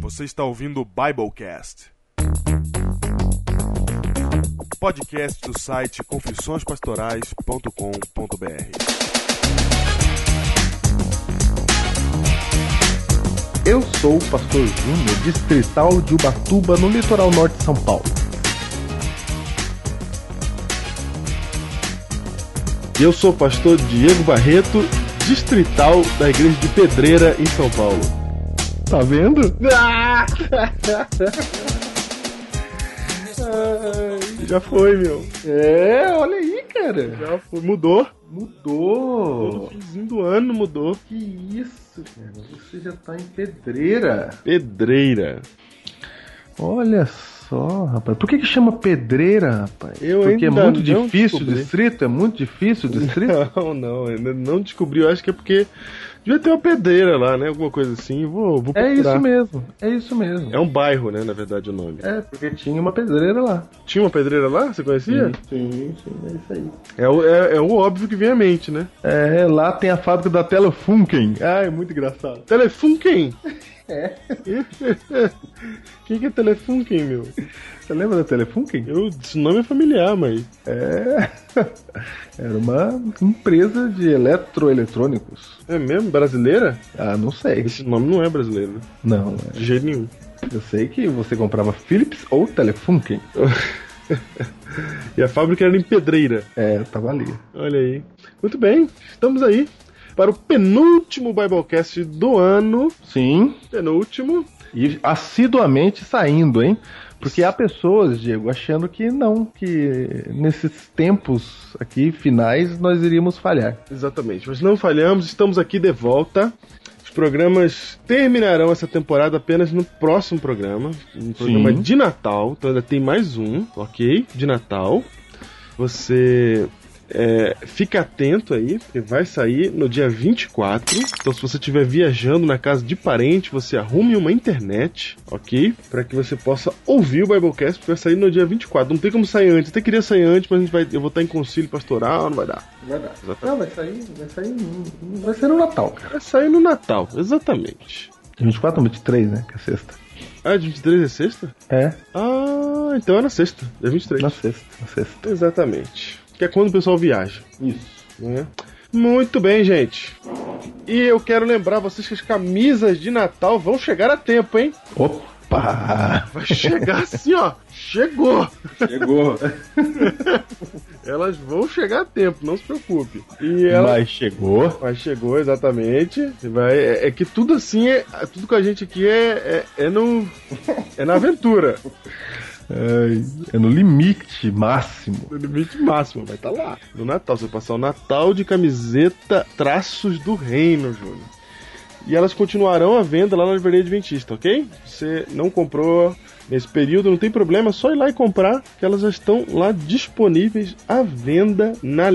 Você está ouvindo o Biblecast. Podcast do site confissõespastorais.com.br. Eu sou o pastor Júnior, distrital de Ubatuba, no litoral norte de São Paulo. E eu sou o pastor Diego Barreto, distrital da igreja de Pedreira, em São Paulo. Tá vendo? Ah! Ai, Já foi, meu. É, olha aí, cara. Já foi, mudou. Mudou. No finzinho do ano mudou. Que isso, cara. Você já tá em pedreira. Pedreira. Olha só, rapaz. Por que, que chama pedreira, rapaz? Eu Porque é ainda muito não difícil descobri. o distrito? É muito difícil o distrito? Não, não, ainda não descobri. Eu acho que é porque devia ter uma pedreira lá, né? Alguma coisa assim. Vou, vou é procurar. isso mesmo. É isso mesmo. É um bairro, né? Na verdade, o nome. É, porque tinha uma pedreira lá. Tinha uma pedreira lá? Você conhecia? Sim, sim, é isso aí. É, o- é, é o óbvio que vem à mente, né? É, lá tem a fábrica da Telefunken. Ah, é muito engraçado. Telefunken! É. Quem que é Telefunken, meu? Você lembra da Telefunken? Eu, esse nome é familiar, mas. É. Era uma empresa de eletroeletrônicos. É mesmo? Brasileira? Ah, não sei. Esse nome não é brasileiro, né? Não, De jeito nenhum. eu sei que você comprava Philips ou Telefunken. E a fábrica era em pedreira. É, tava ali. Olha aí. Muito bem, estamos aí para o penúltimo Biblecast do ano. Sim, Penúltimo. e assiduamente saindo, hein? Porque há pessoas, Diego, achando que não, que nesses tempos aqui finais nós iríamos falhar. Exatamente. Mas não falhamos, estamos aqui de volta. Os programas terminarão essa temporada apenas no próximo programa. Um programa de Natal. Então ainda tem mais um, ok? De Natal. Você é, fica atento aí, porque vai sair no dia 24. Então, se você estiver viajando na casa de parente, você arrume uma internet, ok? Para que você possa ouvir o Biblecast, porque vai sair no dia 24. Não tem como sair antes. Até queria sair antes, mas a gente vai, eu vou estar em concílio pastoral, não vai dar. Vai dar. Não, vai sair, vai sair, vai ser no Natal, cara. Vai sair no Tá Natal, exatamente. 24 ou 23, né? Que é sexta. Ah, dia 23 é sexta? É, Ah, então é na sexta, dia 23. na sexta, na sexta. Exatamente. Que é quando o pessoal viaja. Isso. né? Muito bem, gente. E eu quero lembrar vocês que as camisas de Natal vão chegar a tempo, hein? Opa! Vai chegar assim, ó. Chegou! Chegou. Elas vão chegar a tempo, não se preocupe. E elas. Mas chegou. Mas chegou, exatamente. Vai, é, é que tudo assim, é, tudo com a gente aqui é, é, é no. É na aventura. É, é no limite máximo. No limite máximo, vai estar lá. No Natal, você vai passar o Natal de camiseta Traços do Reino, Júnior. E elas continuarão à venda lá na Livraria Adventista, ok? Você não comprou nesse período, não tem problema, é só ir lá e comprar, que elas já estão lá disponíveis à venda na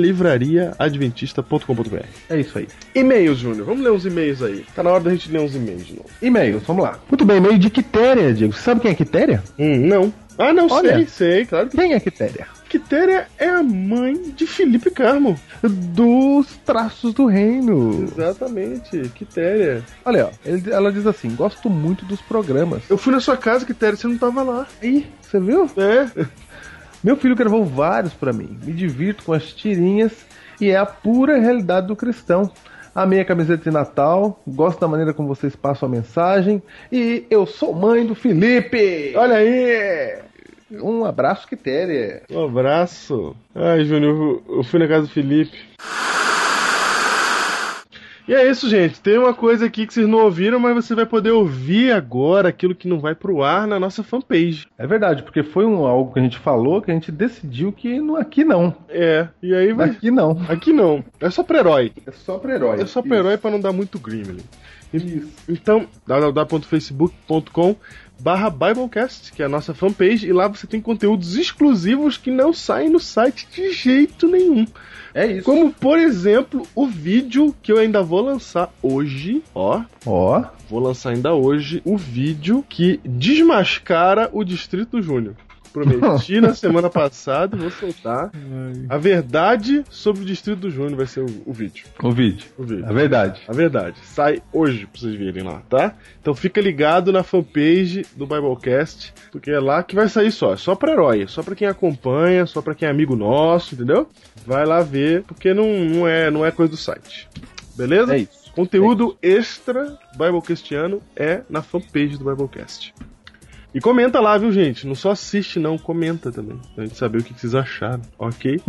livrariaadventista.com.br. É isso aí. E-mails, Júnior, vamos ler uns e-mails aí. Tá na hora da gente ler uns e-mails de novo. E-mails, vamos lá. Muito bem, e-mail de Quitéria, Diego. Você sabe quem é Quitéria? Hum, não. Ah, não, Olha. sei, sei, claro. Quem é Quitéria? Quitéria é a mãe de Felipe Carmo. Dos traços do reino. Exatamente, Quitéria. Olha, ó, ele- ela diz assim: gosto muito dos programas. Eu fui na sua casa, Quitéria, você não tava lá. Aí, você viu? É? Meu filho gravou vários pra mim. Me divirto com as tirinhas e é a pura realidade do cristão. Amei a camiseta de Natal, gosto da maneira como vocês passam a mensagem e eu sou mãe do Felipe. Olha aí! Um abraço, Quitéria. Um abraço. Ai, Júnior, eu- eu fui na casa do Felipe. E é isso, gente. Tem uma coisa aqui que vocês não ouviram, mas você vai poder ouvir agora aquilo que não vai pro ar na nossa fanpage. É verdade, porque foi um algo que a gente falou que a gente decidiu que não aqui não, É, e aí vai. aqui não. Aqui não. É só pra herói. É só para herói. É só pra herói pra não dar muito gremlin. Isso. Então, www.facebook.com barra Biblecast, que é a nossa fanpage, e lá você tem conteúdos exclusivos que não saem no site de jeito nenhum. É isso. Como, por exemplo, o vídeo que eu ainda vou lançar hoje, ó, Ó, vou lançar ainda hoje o vídeo que desmascara o Distrito Júnior. Prometi na semana passada, vou soltar. A verdade sobre o Distrito do Júnior vai ser o, o vídeo. O vídeo. O vídeo. A É verdade. A verdade. Sai hoje pra vocês verem lá, tá? Então fica ligado na fanpage do Biblecast, porque é lá que vai sair só. É Só pra herói, é só pra quem acompanha, só pra quem é amigo nosso, entendeu? Vai lá ver, porque não, não, é, não é coisa do site. Beleza? É isso. Conteúdo extra Biblecastiano é na fanpage do Biblecast. E comenta lá, viu, gente? Não só assiste, não, comenta também. Pra gente saber o que que vocês acharam, ok?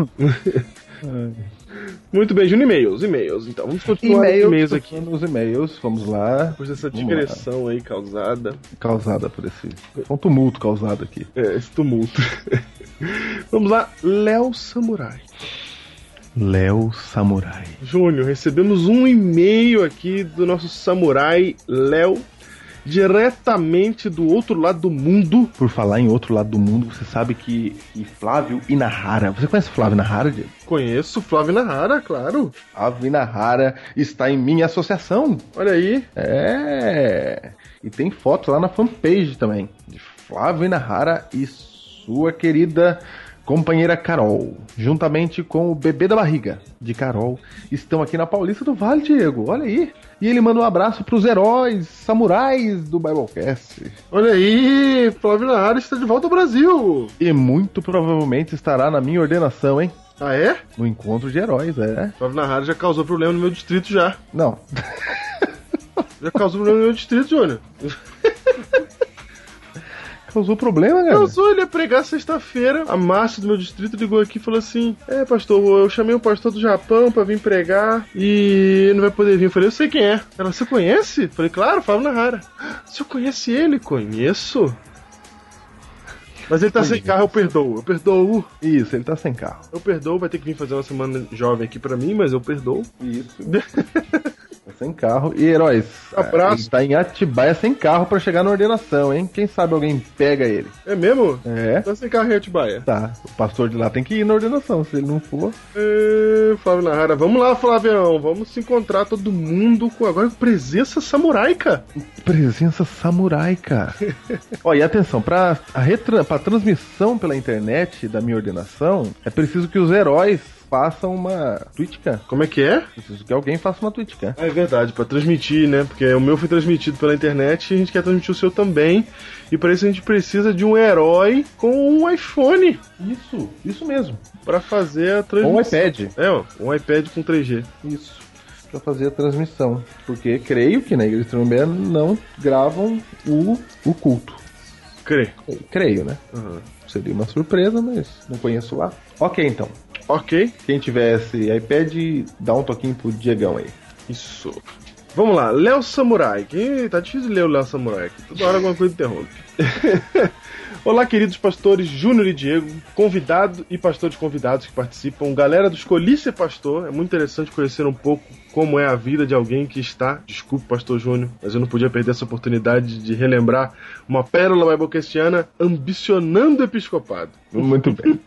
Muito bem, Júnior. E-mails, e-mails. Então, vamos continuar os E-mails, e-mails aqui. aqui. Os e-mails, vamos lá. Depois dessa Vamos digressão aí causada. Causada por esse. Foi um tumulto causado aqui. É, esse tumulto. Vamos lá, Léo Samurai. Léo Samurai. Júnior, recebemos um e-mail aqui do nosso samurai Léo, diretamente do outro lado do mundo. Por falar em outro lado do mundo, você sabe que, que Flávio Inahara. Você conhece Flávio Inahara, Diego? Conheço Flávio Nahara, claro. Flávio Inahara está em minha associação. Olha aí. É. E tem foto lá na fanpage também. De Flávio Inahara e sua querida companheira Carol. Juntamente com o bebê da barriga de Carol. Estão aqui na Paulista do Vale, Diego. Olha aí. E ele manda um abraço para os heróis, samurais do Biblecast. Olha aí, Flávio Nahara está de volta ao Brasil. E muito provavelmente estará na minha ordenação, hein? Ah, é? No encontro de heróis, é. Flávio Nahara já causou problema no meu distrito já. Não. Já causou problema no meu distrito, Júnior. Causou problema, cara. Eu sou ele ia pregar sexta-feira. A Márcia do meu distrito ligou aqui e falou assim: É, pastor, eu chamei um pastor do Japão pra vir pregar e ele não vai poder vir. Eu falei: Eu sei quem é. Ela, você conhece? Eu falei: Claro, Flávio Nahara. Você conhece ele? Conheço. Mas ele tá sem carro, eu perdoo. Eu perdoo, Isso, ele tá sem carro. eu perdoo. Vai ter que vir fazer uma semana jovem aqui pra mim, mas eu perdoo. Isso. tá sem carro. E heróis, Abraço. ele tá em Atibaia sem carro pra chegar na ordenação, hein? Quem sabe alguém pega ele. É mesmo? É. Tá sem carro em Atibaia. Tá, o pastor de lá tem que ir na ordenação, se ele não for. Ê, Flávio Nahara, vamos lá, Flavião. Vamos se encontrar todo mundo com agora com presença samuraica. Presença samurai, cara. Ó, e atenção, pra, a retran pra transmissão pela internet da minha ordenação, é preciso que os heróis façam uma Twitchcam. Como é que é? Preciso que alguém faça uma Twitchcam. É verdade, pra transmitir, né? Porque o meu foi transmitido pela internet e a gente quer transmitir o seu também. E pra isso a gente precisa de um herói com um iPhone Isso, isso mesmo. pra fazer a Ou transmissão. um iPad. É, ó, um iPad com 3G. Isso. Pra fazer a transmissão. Porque creio que na Igreja Trombeira não gravam o, o culto. Crê. Creio, né? Seria uma surpresa, mas não conheço lá. Ok, então. Ok, Quem tivesse iPad, dá um toquinho pro Diegão aí. isso. Vamos lá, Léo Samurai. Que tá difícil ler o Léo Samurai aqui. Toda hora alguma coisa interrompe. Olá, queridos pastores Júnior e Diego, convidado e pastores convidados que participam, galera do Escolhi Ser Pastor, é muito interessante conhecer um pouco como é a vida de alguém que está, desculpe, pastor Júnior, mas eu não podia perder essa oportunidade de relembrar uma pérola biblecristiana ambicionando o episcopado. Muito bem.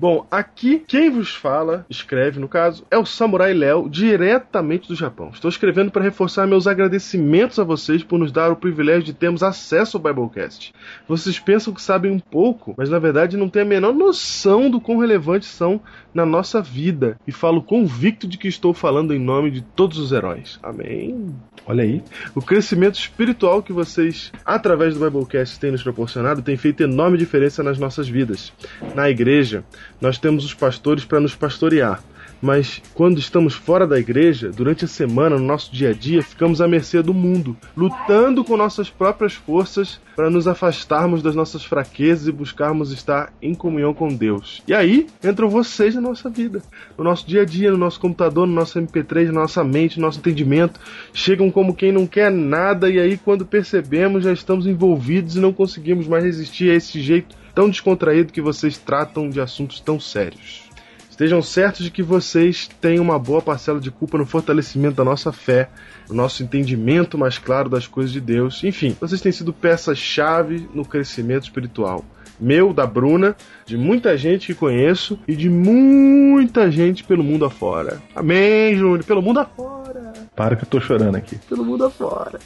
Bom, aqui quem vos fala, escreve no caso, é o Samurai Léo, diretamente do Japão. Estou escrevendo para reforçar meus agradecimentos a vocês por nos dar o privilégio de termos acesso ao Biblecast. Vocês pensam que sabem um pouco, mas na verdade não têm a menor noção do quão relevantes são na nossa vida. E falo convicto de que estou falando em nome de todos os heróis. Amém. Olha aí. O crescimento espiritual que vocês, através do Biblecast, têm nos proporcionado tem feito enorme diferença nas nossas vidas. Na igreja, nós temos os pastores para nos pastorear. Mas quando estamos fora da igreja, durante a semana, no nosso dia a dia, ficamos à mercê do mundo, lutando com nossas próprias forças para nos afastarmos das nossas fraquezas e buscarmos estar em comunhão com Deus. E aí entram vocês na nossa vida, no nosso dia a dia, no nosso computador, no nosso MP3, na nossa mente, no nosso entendimento. Chegam como quem não quer nada, e aí, quando percebemos, já estamos envolvidos e não conseguimos mais resistir a esse jeito tão descontraído que vocês tratam de assuntos tão sérios. Estejam certos de que vocês têm uma boa parcela de culpa no fortalecimento da nossa fé, no nosso entendimento mais claro das coisas de Deus. Enfim, vocês têm sido peça-chave no crescimento espiritual. Meu, da Bruna, de muita gente que conheço e de muita gente pelo mundo afora. Amém, Júnior, pelo mundo afora! Para que eu tô chorando aqui. Pelo mundo afora.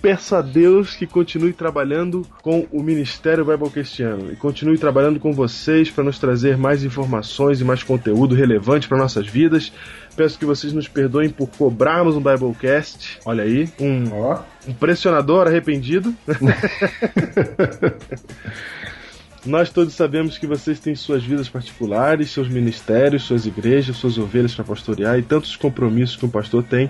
Peço a Deus que continue trabalhando com o Ministério Biblecastiano e continue trabalhando com vocês para nos trazer mais informações e mais conteúdo relevante para nossas vidas. Peço que vocês nos perdoem por cobrarmos um Biblecast. Olha aí, um, Ó. um pressionador arrependido. Nós todos sabemos que vocês têm suas vidas particulares, seus ministérios, suas igrejas, suas ovelhas para pastorear e tantos compromissos que um pastor tem,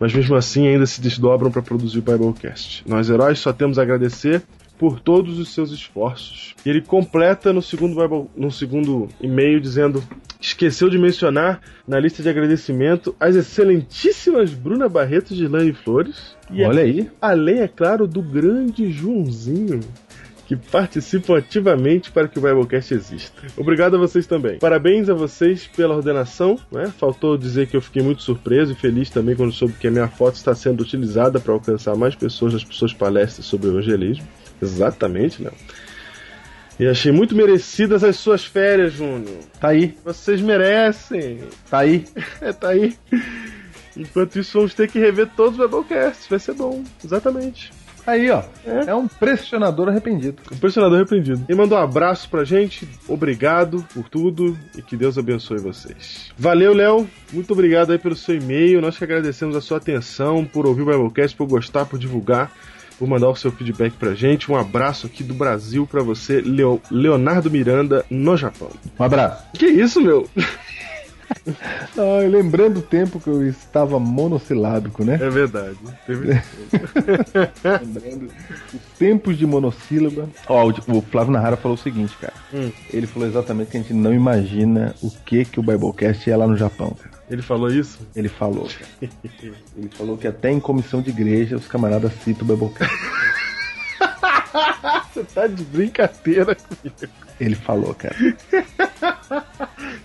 mas mesmo assim ainda se desdobram para produzir o Biblecast. Nós heróis só temos a agradecer por todos os seus esforços. E ele completa no segundo, Bible- no segundo e-mail dizendo: esqueceu de mencionar na lista de agradecimento as excelentíssimas Bruna Barreto de Lã e Flores e a Olha aí. além, é claro, do grande Joãozinho, que participam ativamente para que o Biblecast exista. Obrigado a vocês também. Parabéns a vocês pela ordenação. Né? Faltou dizer que eu fiquei muito surpreso e feliz também quando soube que a minha foto está sendo utilizada para alcançar mais pessoas nas suas palestras sobre evangelismo. Exatamente, Léo. E achei muito merecidas as suas férias, Júnior. Tá aí, Vocês merecem. tá aí. É, tá aí. Enquanto isso, vamos ter que rever todos os Biblecasts. Vai ser bom. Exatamente. Aí, ó. É. É, um pressionador arrependido. Impressionador arrependido. Ele mandou um abraço pra gente, obrigado por tudo e que Deus abençoe vocês. Valeu, Léo. Muito obrigado aí pelo seu e-mail. Nós que agradecemos a sua atenção, por ouvir o Biblecast, por gostar, por divulgar, por mandar o seu feedback pra gente. Um abraço aqui do Brasil pra você, Leo- Leonardo Miranda, no Japão. Um abraço. Que isso, meu? Ah, e lembrando o tempo que eu estava monossilábico, né? É verdade. Teve- Lembrando os tempos de monossílaba. Ó, o, o Flávio Nahara falou o seguinte, cara. Hum. Ele falou exatamente que a gente não imagina o que que o Biblecast é lá no Japão, cara. Ele falou isso? Ele falou, cara. Ele falou que até em comissão de igreja os camaradas citam o Biblecast. Você tá de brincadeira comigo. Ele falou, cara.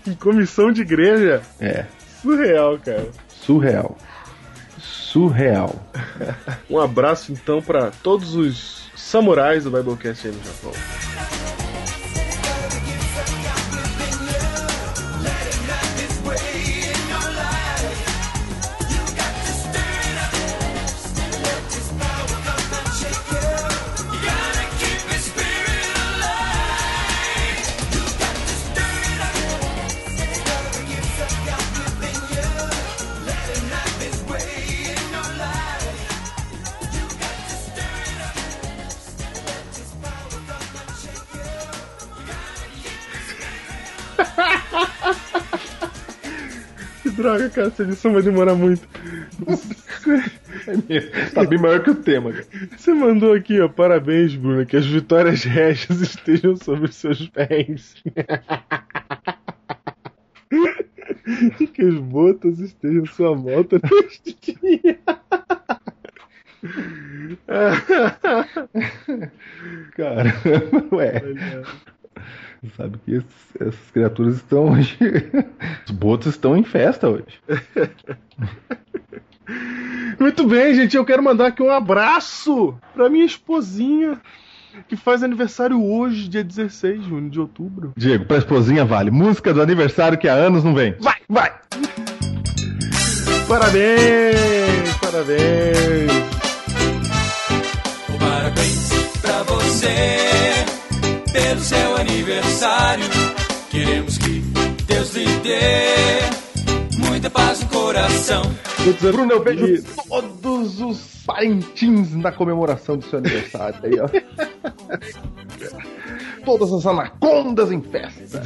Que comissão de igreja. É. Surreal, cara. Surreal. Surreal. Um abraço então pra todos os samurais do Biblecast aí no Japão. Que droga, cara, essa edição vai demorar muito. Tá bem maior que o tema, cara. Você mandou aqui, ó, parabéns, Bruna, que as vitórias régias estejam sobre os seus pés. E que as botas estejam à sua volta neste dia. Cara, ué, sabe que esses- essas criaturas estão hoje. Os botos estão em festa hoje. Muito bem, gente, eu quero mandar aqui um abraço pra minha esposinha, que faz aniversário hoje, dia 16 de junho de outubro. Diego, pra esposinha vale. Música do aniversário que há anos não vem. Vai, vai! Parabéns, parabéns! Parabéns pra você pelo seu aniversário. Queremos que Deus lhe dê muita paz no coração. Muitos anos- Bruno, eu vejo E- todos os parentins na comemoração do seu aniversário. Aí, ó. Todas as anacondas em festa.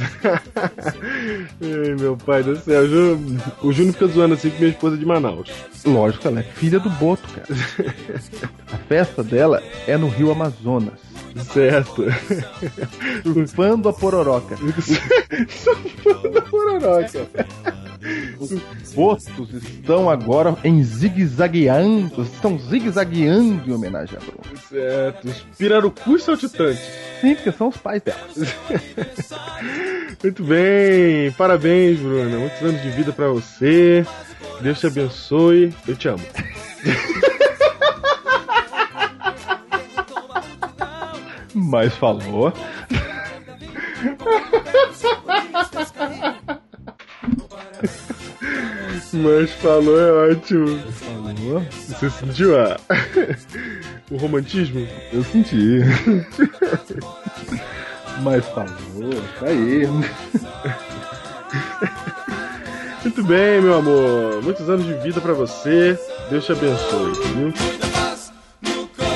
Ai, meu pai do céu, Ju... o Júnior fica zoando assim com minha esposa de Manaus. Lógico, ela é filha do Boto, cara. A festa dela é no Rio Amazonas. Certo. Surfando a pororoca. da pororoca. Os botos estão agora em zigue-zagueando. Estão zigue-zagueando em homenagem a Bruno. Certo. Os pirarucus saltitantes. Sim, porque são os pais dela. Muito bem. Parabéns, Bruna. Muitos anos de vida pra você. Deus te abençoe. Eu te amo. Mas falou. Mas falou é ótimo. favor. Você sentiu a... o romantismo? Eu senti. Mas favor, tá aí. Muito bem, meu amor. Muitos anos de vida pra você. Deus te abençoe, viu? muita paz no coração.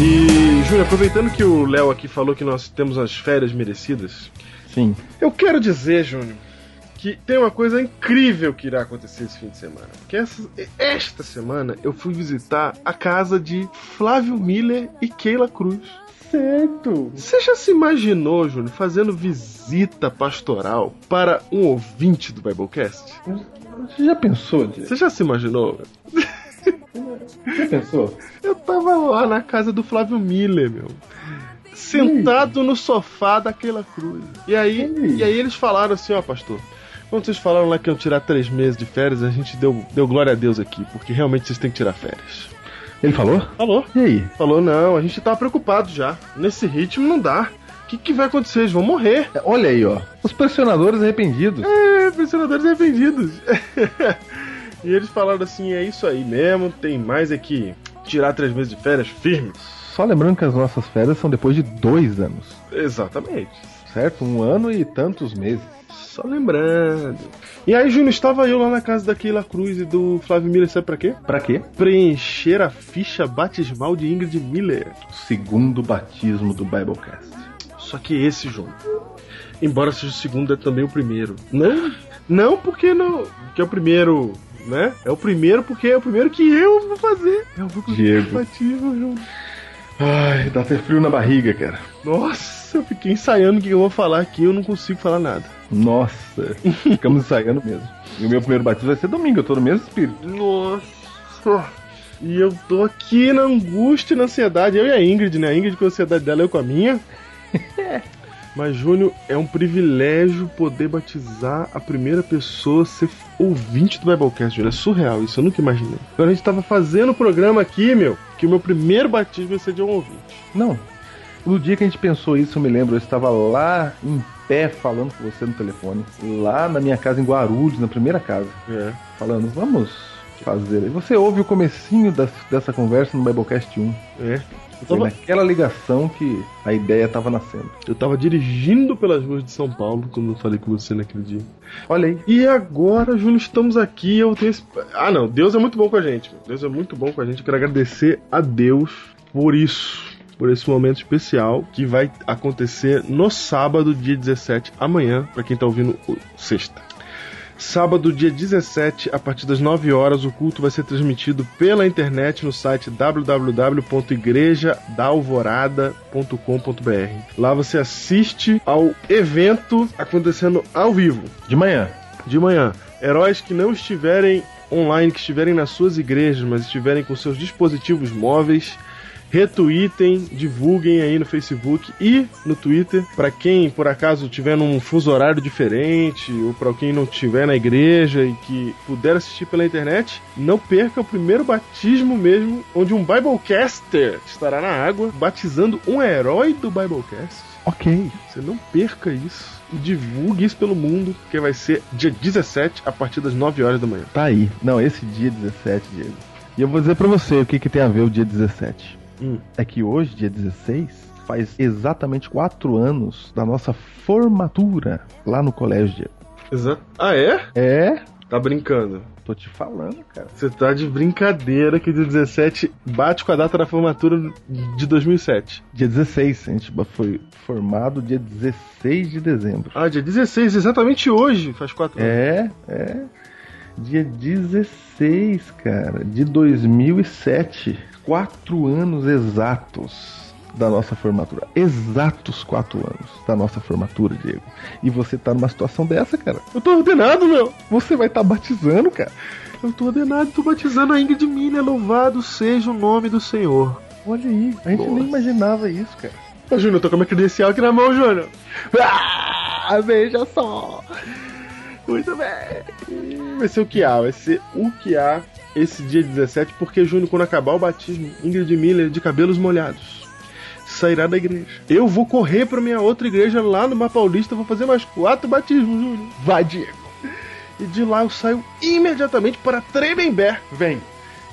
E, Júlio, aproveitando que o Léo aqui falou que nós temos as férias merecidas, Sim. eu quero dizer, Júnior, que tem uma coisa incrível que irá acontecer esse fim de semana. Que essa- esta semana eu fui visitar a casa de Flávio Miller e Keila Cruz. Certo. Você já se imaginou, Júnior, fazendo visita pastoral para um ouvinte do Biblecast? Você já pensou, Diego? Você já se imaginou? Você já pensou? Eu tava lá na casa do Flávio Miller, meu. Sentado no sofá daquela cruz. E aí, Ih. e aí eles falaram assim, ó, pastor. Quando vocês falaram lá que iam tirar três meses de férias, a gente deu, deu glória a Deus aqui, porque realmente vocês têm que tirar férias. Ele falou? Falou? E aí? Falou, não, a gente tá preocupado já. Nesse ritmo não dá. O que, que vai acontecer? Eles vão morrer. É, Olha aí, ó. Os pressionadores arrependidos. É, pressionadores arrependidos. e eles falaram assim, é isso aí mesmo, tem mais é que tirar três meses de férias firme. Só lembrando que as nossas férias são depois de dois anos, Exatamente. certo? Um ano e tantos meses. Só lembrando. E aí, Júnior, estava eu lá na casa da Keila Cruz e do Flávio Miller, sabe pra quê? Pra quê? Preencher a ficha batismal de Ingrid Miller. O segundo batismo do Biblecast. Só que esse, Júnior. Embora seja o segundo, é também o primeiro. Não? Não, porque não. Porque é o primeiro, né? É o primeiro porque é o primeiro que eu vou fazer. Eu vou conseguir Diego. o batismo, Júnior. Ai, dá até frio na barriga, cara. Nossa, eu fiquei ensaiando o que eu vou falar aqui e eu não consigo falar nada. Nossa, ficamos ensaiando mesmo. E o meu primeiro batismo vai ser domingo, eu tô no mesmo espírito. Nossa! E eu tô aqui na angústia e na ansiedade. Eu e a Ingrid, né? A Ingrid com a ansiedade dela, eu com a minha. Mas, Júnior, é um privilégio poder batizar a primeira pessoa a ser ouvinte do Biblecast, Júnior. É surreal, isso eu nunca imaginei. Quando a gente tava fazendo o programa aqui, meu, que o meu primeiro batismo ia ser de um ouvinte. Não. No dia que a gente pensou isso, eu me lembro, eu estava lá em pé falando com você no telefone, lá na minha casa em Guarulhos, na primeira casa, É. falando, vamos fazer. E você ouve o comecinho das- dessa conversa no Biblecast 1. É. Eu Foi tava, naquela ligação que a ideia estava nascendo. eu tava dirigindo pelas ruas de São Paulo quando eu falei com você naquele dia. Olha aí. E agora, Júnior, estamos aqui. Eu tenho esse... Ah, não. Deus é muito bom com a gente. meu. Deus é muito bom com a gente. Eu quero agradecer a Deus por isso. Por esse momento especial que vai acontecer no sábado, dia 17, amanhã, pra quem tá ouvindo o- sexta. Sábado, dia 17, a partir das 9 horas, o culto vai ser transmitido pela internet no site www.igrejadalvorada.com.br. Lá você assiste ao evento acontecendo ao vivo De manhã. de manhã. Heróis que não estiverem online, que estiverem nas suas igrejas, mas estiverem com seus dispositivos móveis, retweetem, divulguem aí no Facebook e no Twitter. Para quem por acaso tiver num fuso horário diferente ou para quem não estiver na igreja e que puder assistir pela internet, não perca o primeiro batismo mesmo, onde um Biblecaster estará na água batizando um herói do Biblecast. Ok. Você não perca isso e divulgue isso pelo mundo, porque vai ser dia 17, a partir das 9 horas da manhã. Tá aí. Não, esse dia 17, Diego. E eu vou dizer pra você o que, que tem a ver o dia 17. Hum. É que hoje, dia 16, faz exatamente 4 anos da nossa formatura lá no colégio, Diego. Exato. Ah, é? É? Tá brincando. Tô te falando, cara. Você tá de brincadeira que dia 17 bate com a data da formatura de 2007. Dia 16, a gente foi formado dia 16 de dezembro. Ah, dia 16, exatamente hoje, faz 4 anos. É, é. Dia 16, cara, de 2007. Quatro anos exatos da nossa formatura. Exatos quatro anos da nossa formatura, Diego. E você tá numa situação dessa, cara. Eu tô ordenado, meu! tá Você vai estar batizando, cara. Eu tô ordenado, tô batizando a Ingrid Miller, louvado seja o nome do Senhor. Olha aí, a gente Nossa. nem imaginava isso, cara. Ô, Júnior, eu tô com a minha credencial aqui na mão, Júnior. Ah, veja só. Muito bem. Vai ser o que há, vai ser o que há esse dia 17, porque, Júnior, quando acabar o batismo, Ingrid Miller de cabelos molhados sairá da igreja. Eu vou correr pra minha outra igreja lá no Mar Paulista, vou fazer mais quatro batismos, Júnior. Vai, Diego. E de lá eu saio imediatamente para Tremembé. Vem.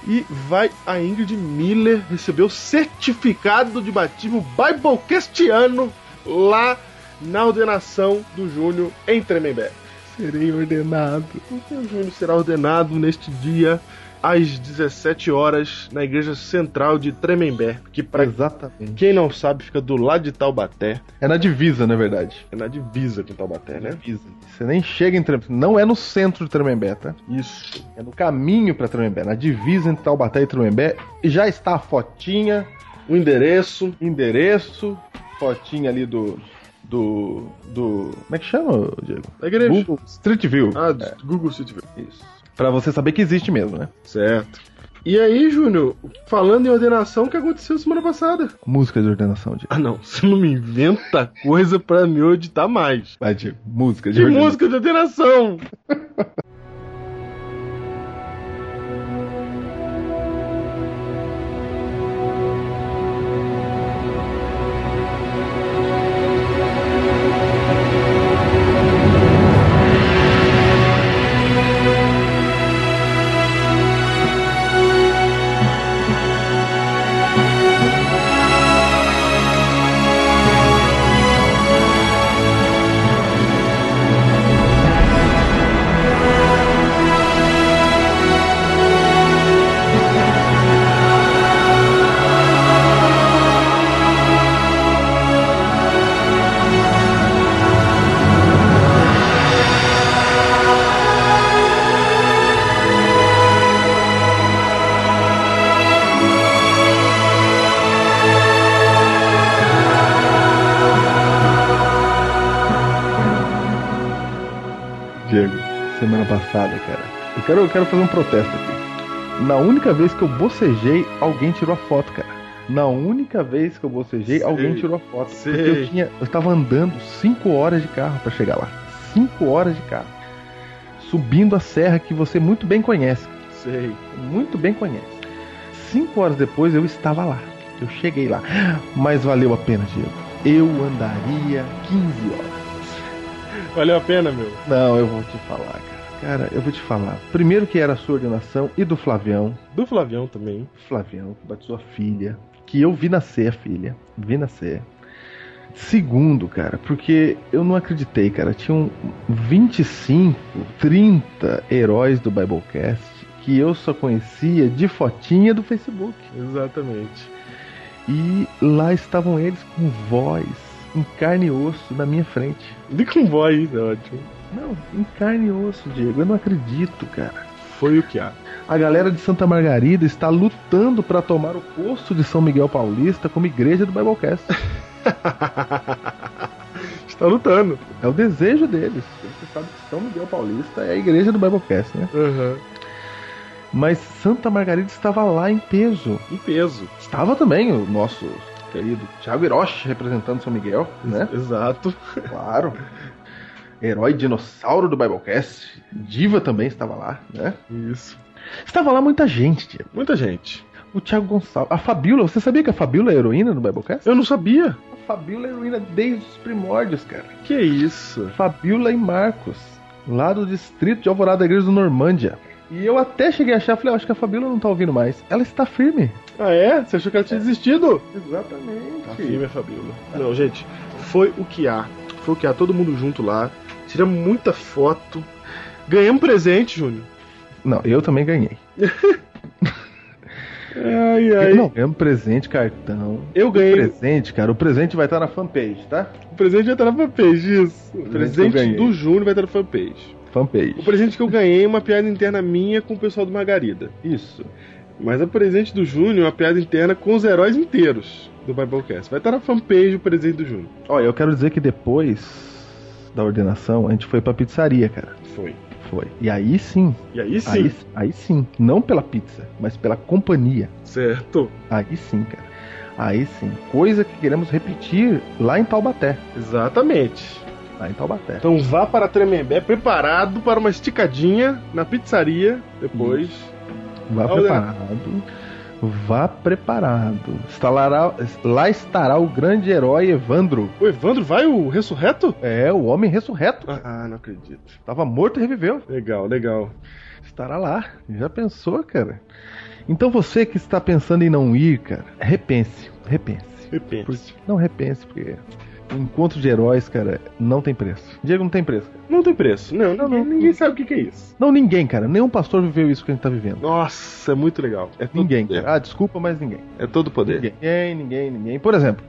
E vai a Ingrid Miller receber o certificado de batismo Biblecastiano lá na ordenação do Júnior em Tremembé. Serei ordenado. Então, o Júnior será ordenado neste dia às 17 horas na Igreja Central de Tremembé, que para Exatamente. quem não sabe fica do lado de Taubaté, É na divisa, na verdade. é na divisa com Taubaté, né? É Divisa. Você nem chega em Tremembé. Não é no centro de Tremembé, tá? Isso. É no caminho pra Tremembé, na divisa entre Taubaté e Tremembé. E Já está a fotinha, O endereço, endereço, fotinha ali do. do. do. Como é que chama, Diego? da igreja. Google Street View. Ah, Google Street View. Isso. Pra você saber que existe mesmo, né? Certo. E aí, Júnior, falando em ordenação, o que aconteceu semana passada? Música de ordenação, Diego. Ah, não. Você não me inventa coisa pra me auditar mais. Vai, Diego. Música de Que ordenação. música de ordenação! Diego, semana passada, cara. Eu quero, eu quero fazer um protesto aqui. Na única vez que eu bocejei, alguém tirou a foto, cara. Na única vez que eu bocejei, Sei, alguém tirou a foto. sei. Porque eu, tinha, eu tava andando 5 horas de carro pra chegar lá. 5 horas de carro. Subindo a serra que você muito bem conhece. Sei. Muito bem conhece. 5 horas depois eu estava lá. Eu cheguei lá. Mas valeu a pena, Diego. Eu andaria 15 horas. Valeu a pena, meu. Não, eu vou te falar, cara. Cara, eu vou te falar. Primeiro que era a sua ordenação e do Flavião. Do Flavião também. Flavião, que batizou a filha. Que eu vi nascer a filha. Vi nascer. Segundo, cara, porque eu não acreditei, cara. Tinham 25, 30 heróis do Biblecast que eu só conhecia de fotinha do Facebook. Exatamente. E lá estavam eles com voz, em carne e osso, na minha frente. De convoy ainda, ótimo. Não, em carne e osso, Diego. Eu não acredito, cara. Foi o que há. A galera de Santa Margarida está lutando para tomar o posto de São Miguel Paulista como igreja do Biblecast. Está Tá lutando. É o desejo deles. Você sabe que São Miguel Paulista é a igreja do Biblecast, né? Aham. Mas Santa Margarida estava lá em peso. Em peso. Estava também o nosso querido Thiago Hiroshi representando São Miguel, né? Exato. Claro. Herói dinossauro do Biblecast. Diva também estava lá, né? Isso. Estava lá muita gente, Diego. Muita gente. O Thiago Gonçalves. A Fabiola, você sabia que a Fabiola é a heroína do Biblecast? Eu não sabia. Fabiola é heroína desde os primórdios, cara. Que isso? Fabiola e Marcos, lá do distrito de Alvorada da Igreja do Normândia. E eu até cheguei a achar, falei, "Ah, acho que a Fabiola não tá ouvindo mais. Ela está firme. Ah, é? Você achou que ela tinha desistido? Exatamente. Tá firme a Fabiola. Não, gente, foi o que há. Foi o que há, todo mundo junto lá. Tiramos muita foto. Ganhamos um presente, Júnior. Não, eu também ganhei. Ai, Eu não ganhei um presente, cartão. Eu ganhei. O presente, cara, o presente vai estar na fanpage, tá? O presente vai estar na fanpage, isso. O presente é que eu presente ganhei. do Júnior vai estar na fanpage. Fanpage. O presente que eu ganhei é uma piada interna minha com o pessoal do Margarida. Isso. Mas o presente do Júnior é uma piada interna com os heróis inteiros do Biblecast. Vai estar na fanpage o presente do Júnior. Olha, eu quero dizer que depois da ordenação, a gente foi pra pizzaria, cara. Foi. Foi. E aí sim, E aí sim. Aí, aí sim. Não pela pizza, mas pela companhia. Certo. Aí sim, cara. Aí sim, coisa que queremos repetir lá em Taubaté. Exatamente. Lá em Taubaté. Então vá para Tremembé preparado para uma esticadinha na pizzaria depois. Vá Olha. preparado. Vá preparado. Instalará, lá estará o grande herói Evandro. O Evandro vai o ressurreto? É, o homem ressurreto. Ah, não acredito. Tava morto e reviveu. Legal, legal. Estará lá. Já pensou, cara? Então você que está pensando em não ir, cara, repense. Repense. Repente. Por- Não repense, porque o encontro de heróis, cara, não tem preço. Diego não tem preço. cara. Não tem preço. Não, não, não. ninguém sabe o que que é isso. Não, ninguém, cara. Nenhum pastor viveu isso que a gente tá vivendo. Nossa, é muito legal. É todo Ninguém, poder. cara. Ah, desculpa, mas ninguém. É todo poder. Ninguém, ninguém, ninguém. Por exemplo,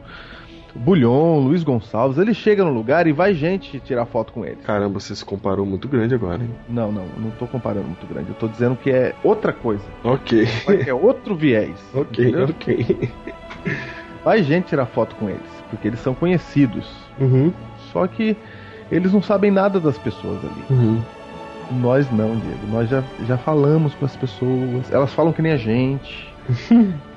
o Bulhon, Luiz Gonçalves, ele chega no lugar e vai gente tirar foto com ele. Caramba, você se comparou muito grande agora, hein? Não, não, eu não tô comparando muito grande. Eu tô dizendo que é outra coisa. Ok, É outro viés. ok, entendeu? ok. Vai gente tirar foto com eles, porque eles são conhecidos. Uhum, Só que eles não sabem nada das pessoas ali. uhum. Nós não, Diego. Nós já, já falamos com as pessoas. Elas falam que nem a gente.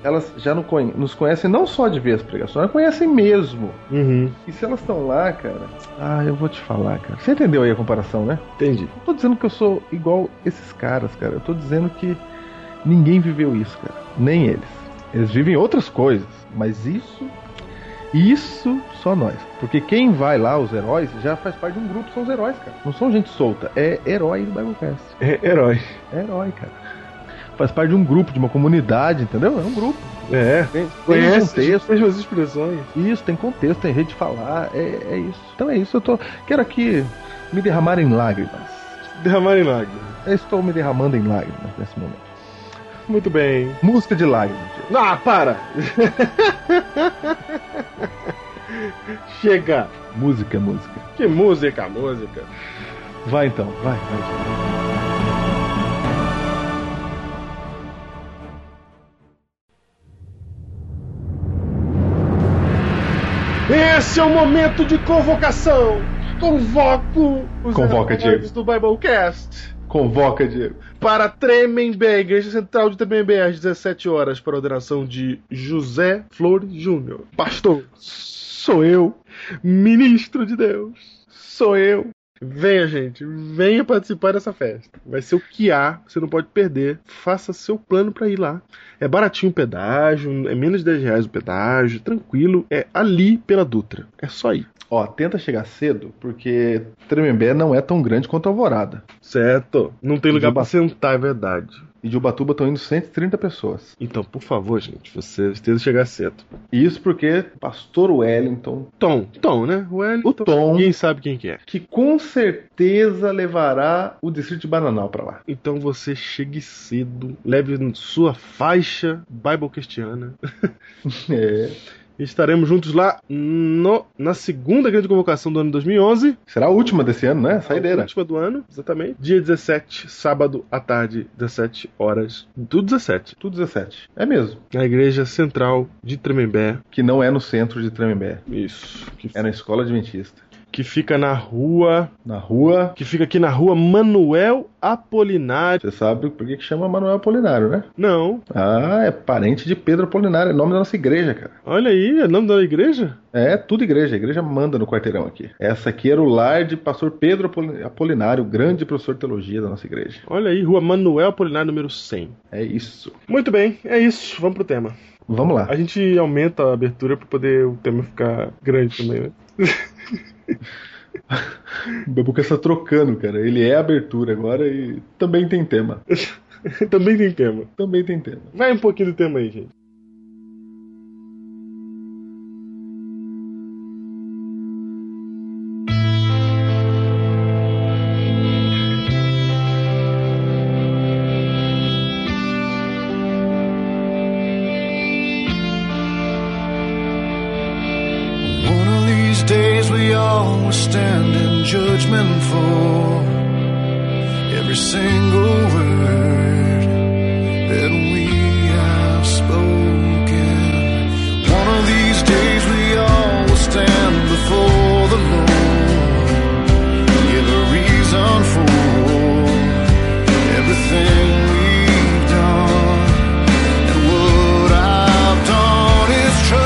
elas já não conhe- nos conhecem não só de ver as pregações, elas conhecem mesmo. Uhum. E se elas estão lá, cara. Ah, eu vou te falar, cara. Você entendeu aí a comparação, né? Entendi. Não tô dizendo que eu sou igual esses caras, cara. Eu tô dizendo que ninguém viveu isso, cara. Nem eles. Eles vivem outras coisas. Mas isso. Isso só nós. Porque quem vai lá, os heróis, já faz parte de um grupo, são os heróis, cara. Não são gente solta. É herói do Biblecast. É herói. É herói, cara. Faz parte de um grupo, de uma comunidade, entendeu? É um grupo. É. Tem, tem Conhece contexto. as suas expressões. Isso, tem contexto, tem jeito de falar, é, é isso. Então é isso, eu tô. Quero aqui me derramar em lágrimas. Derramar em lágrimas. Eu estou me derramando em lágrimas nesse momento. Muito bem. Música de lágrimas, Diego. Ah, para! Chega! música, música. Que música, música! Vai então, vai, vai. Diego. Esse é o momento de convocação! Convoco os Convoca, heróis do Biblecast Convoca, Diego. para Tremembé, Igreja Central de Tremembé, às 17 horas, para a oração de José Flores Júnior. Pastor, sou eu, ministro de Deus, sou eu. Venha, gente, venha participar dessa festa. Vai ser o que há, você não pode perder. Faça seu plano para ir lá. É baratinho o pedágio, é menos de 10 reais o pedágio, tranquilo. É ali pela Dutra, é só ir. Ó, tenta chegar cedo, porque Tremembé não é tão grande quanto Alvorada. Certo? Não tem lugar Juba. pra sentar, é verdade. E de Ubatuba estão indo 130 pessoas. Então, por favor, gente, você esteja chegar cedo. Isso porque Pastor Wellington, Tom, Tom, né? O Wellington. O Tom. Ninguém sabe quem que é. que com certeza levará o distrito de Bananal pra lá. Então você chegue cedo, leve sua faixa Bible Cristiana. É. Estaremos juntos lá no- na segunda grande convocação do ano 2011. Será a última desse ano, né? Saideira. A última do ano, exatamente. Dia 17, sábado à tarde, 17 horas do 17. Tudo 17. É mesmo. Na igreja central de Tremembé. Que não é no centro de Tremembé. Isso. Que, É na escola adventista. que fica na rua. Na rua. Que fica aqui na rua Manuel Apolinário. Você sabe por que que chama Manuel Apolinário, né? Não. Ah, é parente de Pedro Apolinário. É nome da nossa igreja, cara. Olha aí, é o nome da igreja? É tudo igreja. A igreja manda no quarteirão aqui. Essa aqui era o lar de pastor Pedro Apoli- Apolinário, grande professor de teologia da nossa igreja. Olha aí, Rua Manuel Apolinário, número 100. É isso. Muito bem, é isso. Vamos pro tema. Vamos lá. A gente aumenta a abertura pra poder o tema ficar grande também, né? O Babuca está tá trocando, cara. Ele é abertura agora e também tem tema. também tem tema. Também tem tema. Vai um pouquinho do tema aí, gente. One of these days we all will stand in judgment for every single word that we have spoken. One of these days we all will stand before the Lord. Give a reason for everything we've done. And what I've done is true.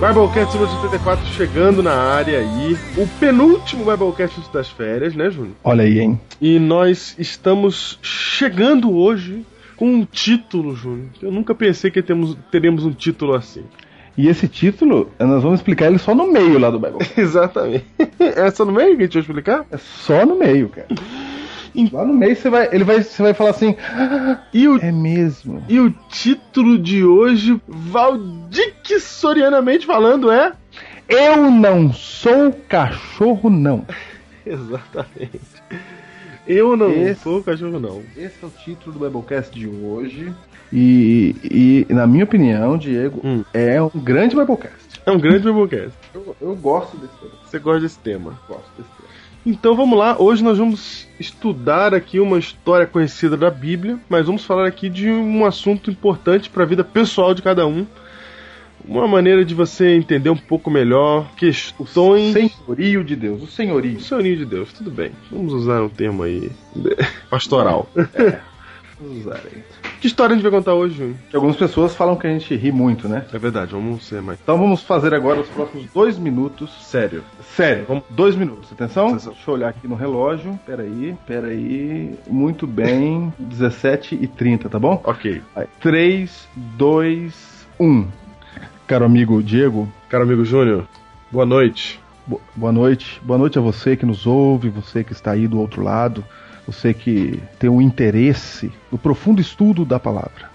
Biblecast 84 chegando na área aí. O penúltimo Biblecast antes das férias, né, Júnior? Olha aí, hein? E nós estamos chegando hoje com um título, Júnior. Eu nunca pensei que temos, teremos um título assim. E esse título, nós vamos explicar ele só no meio lá do Bible. Exatamente. É só no meio que a gente vai explicar? É só no meio, cara. Lá no meio você vai, ele vai, você vai falar assim, "Ah, E o, é mesmo. e o título de hoje, Valdicksorianamente falando, é. Eu não sou cachorro, não. Exatamente. Eu não Esse- sou cachorro, não. Esse é o título do Biblecast de hoje. E, e, na minha opinião, Diego, Hum. é um grande Biblecast. É um grande Biblecast. Eu, eu gosto desse Biblecast. Você gosta desse tema. Gosto desse tema. Então vamos lá, hoje nós vamos estudar aqui uma história conhecida da Bíblia, mas vamos falar aqui de um assunto importante para a vida pessoal de cada um. Uma maneira de você entender um pouco melhor questões. Senhorio de Deus, o senhorio. O Senhorio de Deus, tudo bem. Vamos usar um termo aí pastoral. Vamos usar aí. que história a gente vai contar hoje, Júnior? Que Algumas pessoas falam que a gente ri muito, né? É verdade, vamos ser mais. Então vamos fazer agora os próximos dois minutos. Sério. Sério, vamos... dois minutos, atenção. Atenção. Deixa eu olhar aqui no relógio. Peraí, peraí. Muito bem, 17 e 30, tá bom? Ok. Vai. 3, 2, 1. Caro amigo Diego, Caro amigo Júnior, boa noite. bo- boa noite. Boa noite a você que nos ouve, você que está aí do outro lado, você que tem um interesse no profundo estudo da palavra.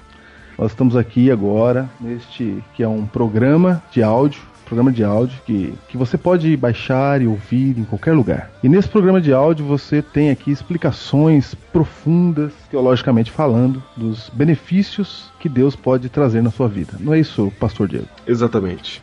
Nós estamos aqui agora neste que é um programa de áudio, programa de áudio que, que você pode baixar e ouvir em qualquer lugar. E nesse programa de áudio você tem aqui explicações profundas, teologicamente falando, dos benefícios que Deus pode trazer na sua vida. Não é isso, pastor Diego? Exatamente.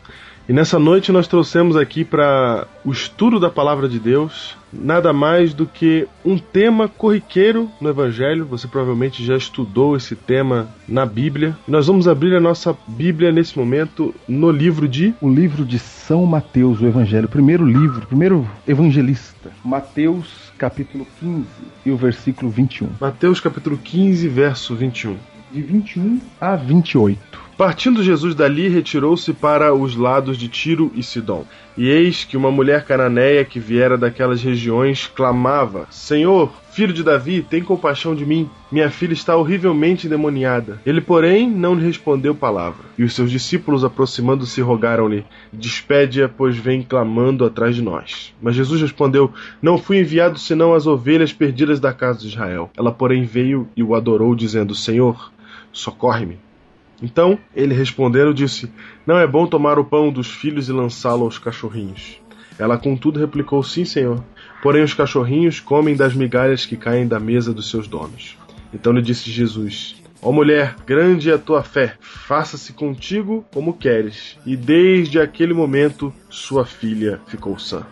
E nessa noite nós trouxemos aqui para o estudo da palavra de Deus nada mais do que um tema corriqueiro no Evangelho. Você provavelmente já estudou esse tema na Bíblia. Nós vamos abrir a nossa Bíblia nesse momento no livro de O livro de São Mateus, o Evangelho, o primeiro livro, o primeiro evangelista, Mateus capítulo 15 e o versículo 21. Mateus capítulo 15, verso 21. De 21 a 28. Partindo Jesus dali, retirou-se para os lados de Tiro e Sidom. E eis que uma mulher cananeia que viera daquelas regiões clamava: Senhor, filho de Davi, tem compaixão de mim. Minha filha está horrivelmente endemoniada. Ele, porém, não lhe respondeu palavra. E os seus discípulos, aproximando-se, rogaram-lhe: Despede-a, pois vem clamando atrás de nós. Mas Jesus respondeu: Não fui enviado senão às ovelhas perdidas da casa de Israel. Ela, porém, veio e o adorou, dizendo: Senhor, socorre-me. Então ele respondendo disse: Não é bom tomar o pão dos filhos e lançá-lo aos cachorrinhos. Ela, contudo, replicou: Sim, senhor. Porém, os cachorrinhos comem das migalhas que caem da mesa dos seus donos. Então lhe disse Jesus: Ó mulher, grande é a tua fé, faça-se contigo como queres. E desde aquele momento, sua filha ficou sã.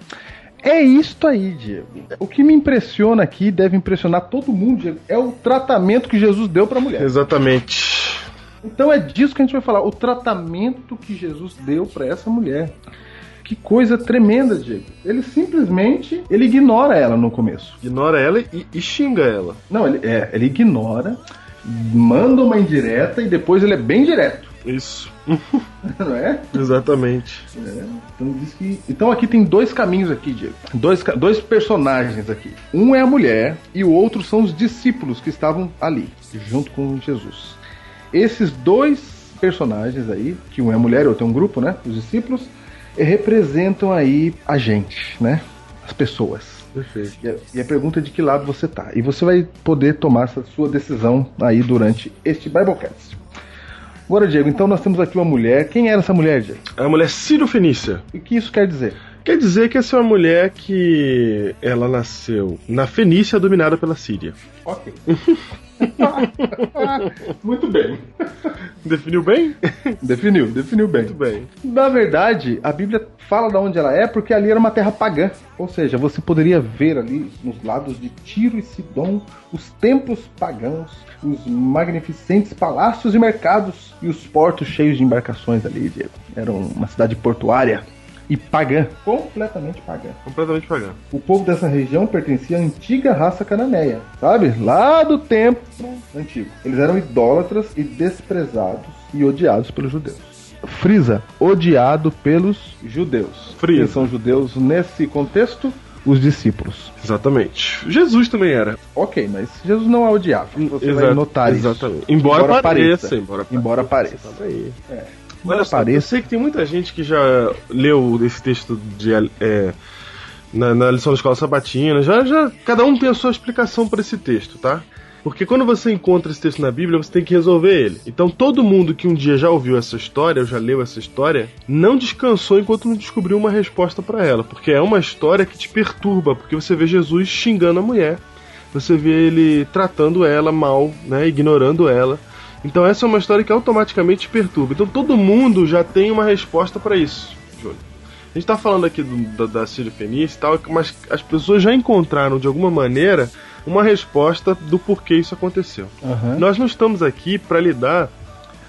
É isto aí, Diego. O que me impressiona aqui, deve impressionar todo mundo, Diego, é o tratamento que Jesus deu para a mulher. Exatamente. Então é disso que a gente vai falar, o tratamento que Jesus deu para essa mulher. Que coisa tremenda, Diego. Ele simplesmente, ele ignora ela no começo. Ignora ela e, e xinga ela. Não, ele, é, ele ignora, manda uma indireta e depois ele é bem direto, Isso, não é? exatamente. Então, diz que- então aqui tem dois caminhos aqui, Diego. Dois, ca- dois personagens aqui. Um é a mulher e o outro são os discípulos que estavam ali, junto com Jesus. Esses dois personagens aí, que um é a mulher e outro é um grupo, né? Os discípulos, eh, representam aí a gente, né? As pessoas. Perfeito. E a, e a pergunta é de que lado você tá. E você vai poder tomar essa sua decisão aí durante este Biblecast. Agora, Diego, então nós temos aqui uma mulher. Quem era essa mulher, Diego? A mulher Ciro Fenícia. E o que isso quer dizer? Quer dizer que essa é uma mulher que ela nasceu na Fenícia dominada pela Síria. Ok. Muito bem. Definiu bem? Definiu, definiu bem. Muito bem. Na verdade, a Bíblia fala de onde ela é porque ali era uma terra pagã. Ou seja, você poderia ver ali nos lados de Tiro e Sidom os templos pagãos, os magnificentes palácios e mercados e os portos cheios de embarcações ali. Diego. Era uma cidade portuária e pagã, completamente pagã. Completamente pagã. O povo dessa região pertencia à antiga raça cananeia, sabe? Lá do tempo antigo. Eles eram idólatras e desprezados e odiados pelos judeus. frisa, odiado pelos judeus. Frisa. Quem são judeus nesse contexto? Os discípulos. Exatamente. Jesus também era. Ok, mas Jesus não a odiava. Você vai Exa- notar isso. Exatamente. Embora, Embora pareça. pareça. Embora Embora pareça. Isso Tá aí. É. Embora Olha só, eu pareça. sei que tem muita gente que já leu esse texto de, é, na, na lição da escola sabatina. né? Já, já, cada um tem a sua explicação para esse texto, tá? Porque quando você encontra esse texto na Bíblia, você tem que resolver ele. Então todo mundo que um dia já ouviu essa história, ou já leu essa história, não descansou enquanto não descobriu uma resposta para ela. Porque é uma história que te perturba, porque você vê Jesus xingando a mulher. Você vê ele tratando ela mal, né? Ignorando ela. Então essa é uma história que automaticamente te perturba. Então todo mundo já tem uma resposta para isso, Júlio. A gente tá falando aqui do- da, da Sírio Fenícia e tal, mas as pessoas já encontraram, de alguma maneira, uma resposta do porquê isso aconteceu. Aham. Nós não estamos aqui para lidar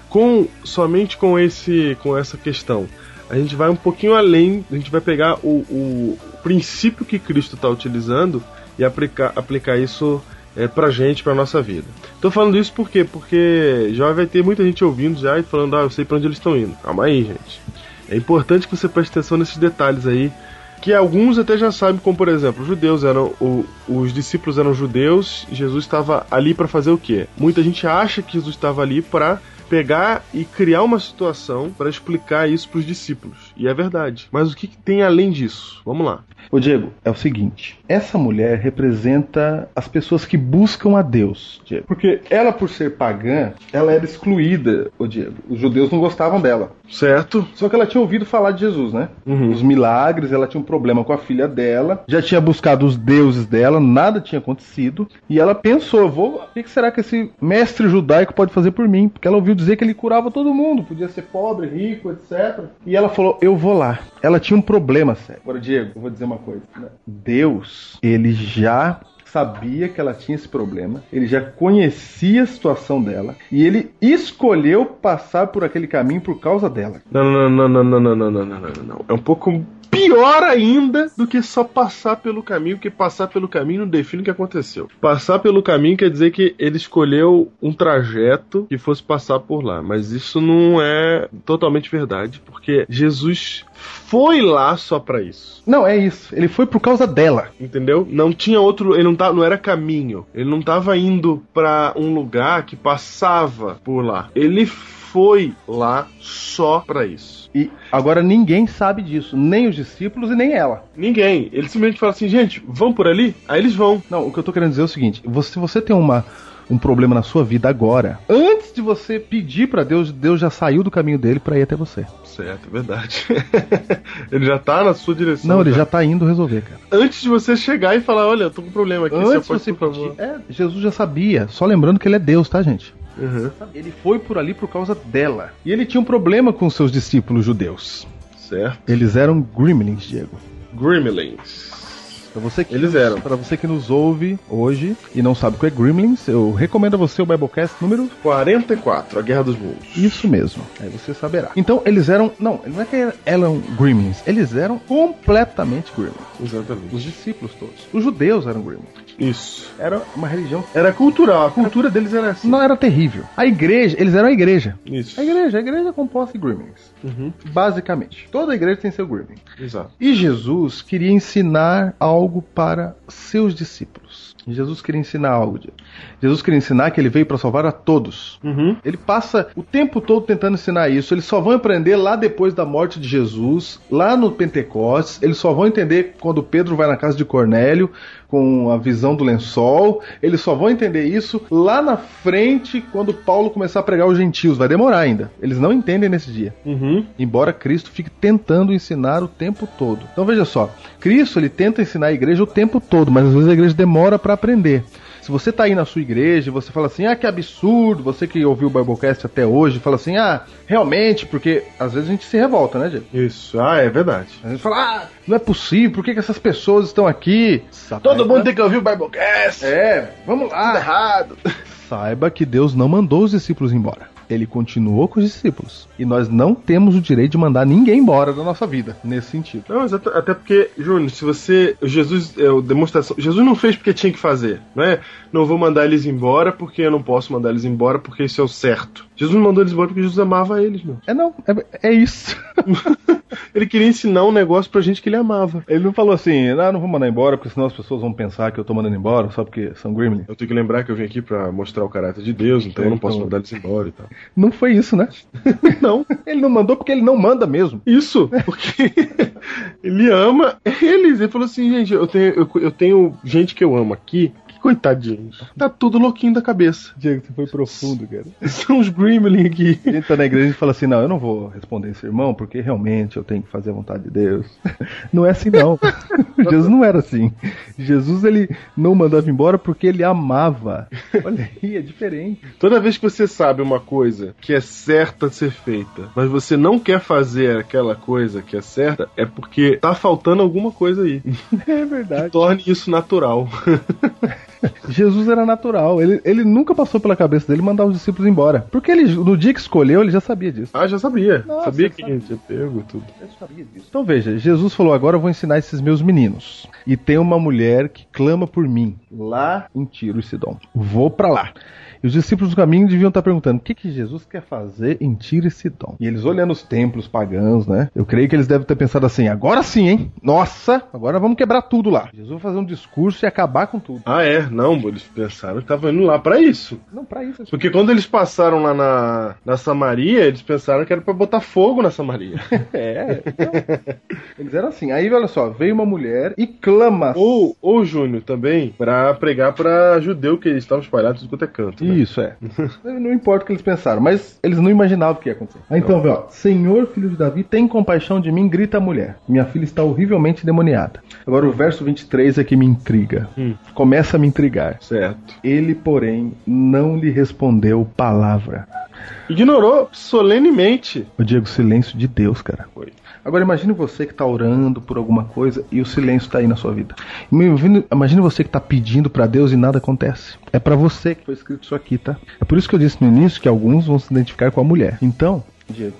com somente com esse com essa questão. A gente vai um pouquinho além, a gente vai pegar o, o princípio que Cristo está utilizando e aplicar, aplicar isso é, pra gente, pra nossa vida. Tô falando isso por quê? Porque já vai ter muita gente ouvindo já e falando, ah, eu sei pra onde eles estão indo. Calma aí, gente. É importante que você preste atenção nesses detalhes aí, que alguns até já sabem, como por exemplo, os judeus eram o- os discípulos eram judeus, e Jesus estava ali para fazer o quê? Muita gente acha que Jesus estava ali para pegar e criar uma situação para explicar isso para os discípulos. E é verdade. Mas o que, que tem além disso? Vamos lá. Ô Diego, é o seguinte: essa mulher representa as pessoas que buscam a Deus, Diego. Porque ela, por ser pagã, ela era excluída, ô Diego. Os judeus não gostavam dela. Certo? Só que ela tinha ouvido falar de Jesus, né? Os milagres, ela tinha um problema com a filha dela, já tinha buscado os deuses dela, nada tinha acontecido. E ela pensou: eu vou, o que que será que esse mestre judaico pode fazer por mim? Porque ela ouviu dizer que ele curava todo mundo, podia ser pobre, rico, etc. E ela falou: eu vou lá. Ela tinha um problema sério. Agora, Diego, eu vou dizer uma coisa: né? Deus, ele já sabia que ela tinha esse problema, ele já conhecia a situação dela e ele escolheu passar por aquele caminho por causa dela. Não, não, não, não, não, não, não, não, não, não, não. É um pouco pior ainda do que só passar pelo caminho, porque passar pelo caminho não define o que aconteceu. Passar pelo caminho quer dizer que ele escolheu um trajeto que fosse passar por lá, mas isso não é totalmente verdade, porque Jesus foi lá só pra isso. Não, é isso. Ele foi por causa dela. Entendeu? Não tinha outro. Ele não, tá, não era caminho. Ele não tava indo pra um lugar que passava por lá. Ele foi lá só pra isso. E agora ninguém sabe disso, nem os discípulos e nem ela. Ninguém. Ele simplesmente fala assim, gente, vão por ali? Aí eles vão. Não, o que eu tô querendo dizer é o seguinte: você- se você tem uma, um problema na sua vida agora, antes de você pedir pra Deus, Deus já saiu do caminho dele pra ir até você. Certo, é verdade. ele já tá na sua direção. Não, ele já tá indo resolver, cara. Antes de você chegar e falar, olha, eu tô com um problema aqui, Antes de você pode, você por favor. pedir. É, Jesus já sabia. Só lembrando que ele é Deus, tá, gente? Uhum. Ele foi por ali por causa dela. E ele tinha um problema com seus discípulos judeus. Certo. Eles eram gremlins, Diego. Gremlins. Pra você que Eles eram. Para você que nos ouve hoje e não sabe o que é Gremlins, eu recomendo a você o Biblecast número 44, a Guerra dos Mundos. isso mesmo. Aí você saberá. Então eles eram, não, não é que eram Gremlins, eles eram completamente Gremlins. Os Exatamente. discípulos todos. Os judeus eram Gremlins. Isso. Era uma religião. Era cultural, a cultura deles era assim. Não era terrível. A igreja, eles eram a igreja. Isso. A igreja, a igreja é composta de Gremlins. Uhum. Basicamente. Toda igreja tem seu Gremlin. Exato. E Jesus queria ensinar algo para seus discípulos. Jesus queria ensinar algo. Diego. Jesus queria ensinar que ele veio para salvar a todos. Uhum. Ele passa o tempo todo tentando ensinar isso. Eles só vão aprender lá depois da morte de Jesus, lá no Pentecostes. Eles só vão entender quando Pedro vai na casa de Cornélio com a visão do lençol. Eles só vão entender isso lá na frente quando Paulo começar a pregar os gentios. Vai demorar ainda. Eles não entendem nesse dia Uhum. embora Cristo fique tentando ensinar o tempo todo. Então veja só, Cristo ele tenta ensinar a igreja o tempo todo, mas às vezes a igreja demora para aprender. Se você tá aí na sua igreja e você fala assim, ah, que absurdo, você que ouviu o Biblecast até hoje, fala assim, ah, realmente, porque às vezes a gente se revolta, né, Diego? Isso. Ah, é verdade. A gente fala, ah, não é possível, por que, que essas pessoas estão aqui? tá. tem que ouvir o Biblecast. É, vamos lá. errado. Saiba que Deus não mandou os discípulos embora. Ele continuou com os discípulos. E nós não temos o direito de mandar ninguém embora da nossa vida, nesse sentido. Não, exato, até porque, Júnior, se você. o Jesus é o demonstração. Jesus não fez porque tinha que fazer, não é? Não vou mandar eles embora porque eu não posso mandar eles embora porque isso é o certo. Jesus não mandou eles embora porque Jesus amava eles, meu. É não, é, é isso. ele queria ensinar um negócio pra gente que ele amava. Ele não falou assim, ah, não vou mandar embora porque senão as pessoas vão pensar que eu tô mandando embora só porque são gremlin. Eu tenho que lembrar que eu vim aqui pra mostrar o caráter de Deus, então eu não posso mandar eles embora e tal. Não foi isso, né? não. Ele não mandou porque ele não manda mesmo. Isso, porque ele ama eles. Ele falou assim, gente, eu tenho, eu, eu tenho gente que eu amo aqui, Coitadinhos. Tá tudo louquinho da cabeça. Diego, você foi profundo, cara. São os Gremlin aqui. A gente tá na igreja e fala assim: não, eu não vou responder esse irmão, porque realmente eu tenho que fazer a vontade de Deus. Não é assim, não. Jesus não era assim. Jesus, ele não mandava embora porque ele amava. Olha aí, é diferente. Toda vez que você sabe uma coisa que é certa de ser feita, mas você não quer fazer aquela coisa que é certa, é porque tá faltando alguma coisa aí. É verdade. torne isso natural. Jesus era natural. Ele, ele nunca passou pela cabeça dele mandar os discípulos embora. Porque ele, no dia que escolheu, ele já sabia disso. Ah, já sabia. Nossa, sabia eu que sabia. tinha pego tudo. Eu sabia disso. Então veja, Jesus falou: agora eu vou ensinar esses meus meninos. E tem uma mulher que clama por mim, lá em Tiro e Sidom. Vou para lá. E os discípulos do caminho deviam estar perguntando: o que, que Jesus quer fazer em Tiro e Sidom? E eles olhando os templos pagãos, né? Eu creio que eles devem ter pensado assim: agora sim, hein? Nossa, agora vamos quebrar tudo lá. Jesus vai fazer um discurso e acabar com tudo. Ah, é? Não, eles pensaram que estavam indo lá para isso. Não, pra isso. eles- Porque quando eles passaram lá na, na Samaria, eles pensaram que era pra botar fogo na Samaria. É, então, eles eram assim. Aí, olha só, veio uma mulher e clama. ou, ou Júnior também, pra pregar pra judeu que eles estavam espalhados tudo quanto é canto. né? Isso, é. não importa o que eles pensaram, mas eles não imaginavam o que ia acontecer. Aí, então, vê, ó. Senhor, filho de Davi, tem compaixão de mim, grita a mulher. Minha filha está horrivelmente demoniada. Agora, o verso 23 é que me intriga. Começa a me intrigar. Certo. Ele, porém, não lhe respondeu palavra. Ignorou solenemente. Eu digo, silêncio de Deus, cara. Foi. Agora imagine você que está orando por alguma coisa e o silêncio está aí na sua vida. Imagine, imagine você que está pedindo para Deus e nada acontece. É para você que foi escrito isso aqui, tá? É por isso que eu disse no início que alguns vão se identificar com a mulher. Então, Diego,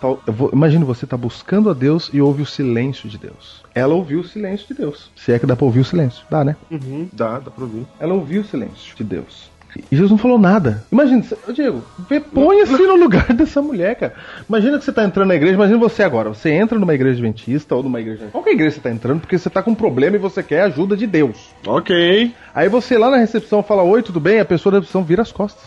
tal- eu vou- imagine você tá buscando a Deus e ouve o silêncio de Deus. Ela ouviu o silêncio de Deus. Se é que dá para ouvir o silêncio, dá, né? Uhum. Dá, dá pra ouvir. Ela ouviu o silêncio de Deus. E Jesus não falou nada. Imagina, cê- ô, Diego, vê- ponha-se no lugar dessa mulher, cara. Imagina que você tá entrando na igreja, imagina você agora. Você entra numa igreja adventista ou numa igreja. Qualquer igreja você tá entrando, porque você tá com um problema e você quer a ajuda de Deus. Ok. Aí você lá na recepção fala oi, tudo bem? A pessoa da recepção vira as costas.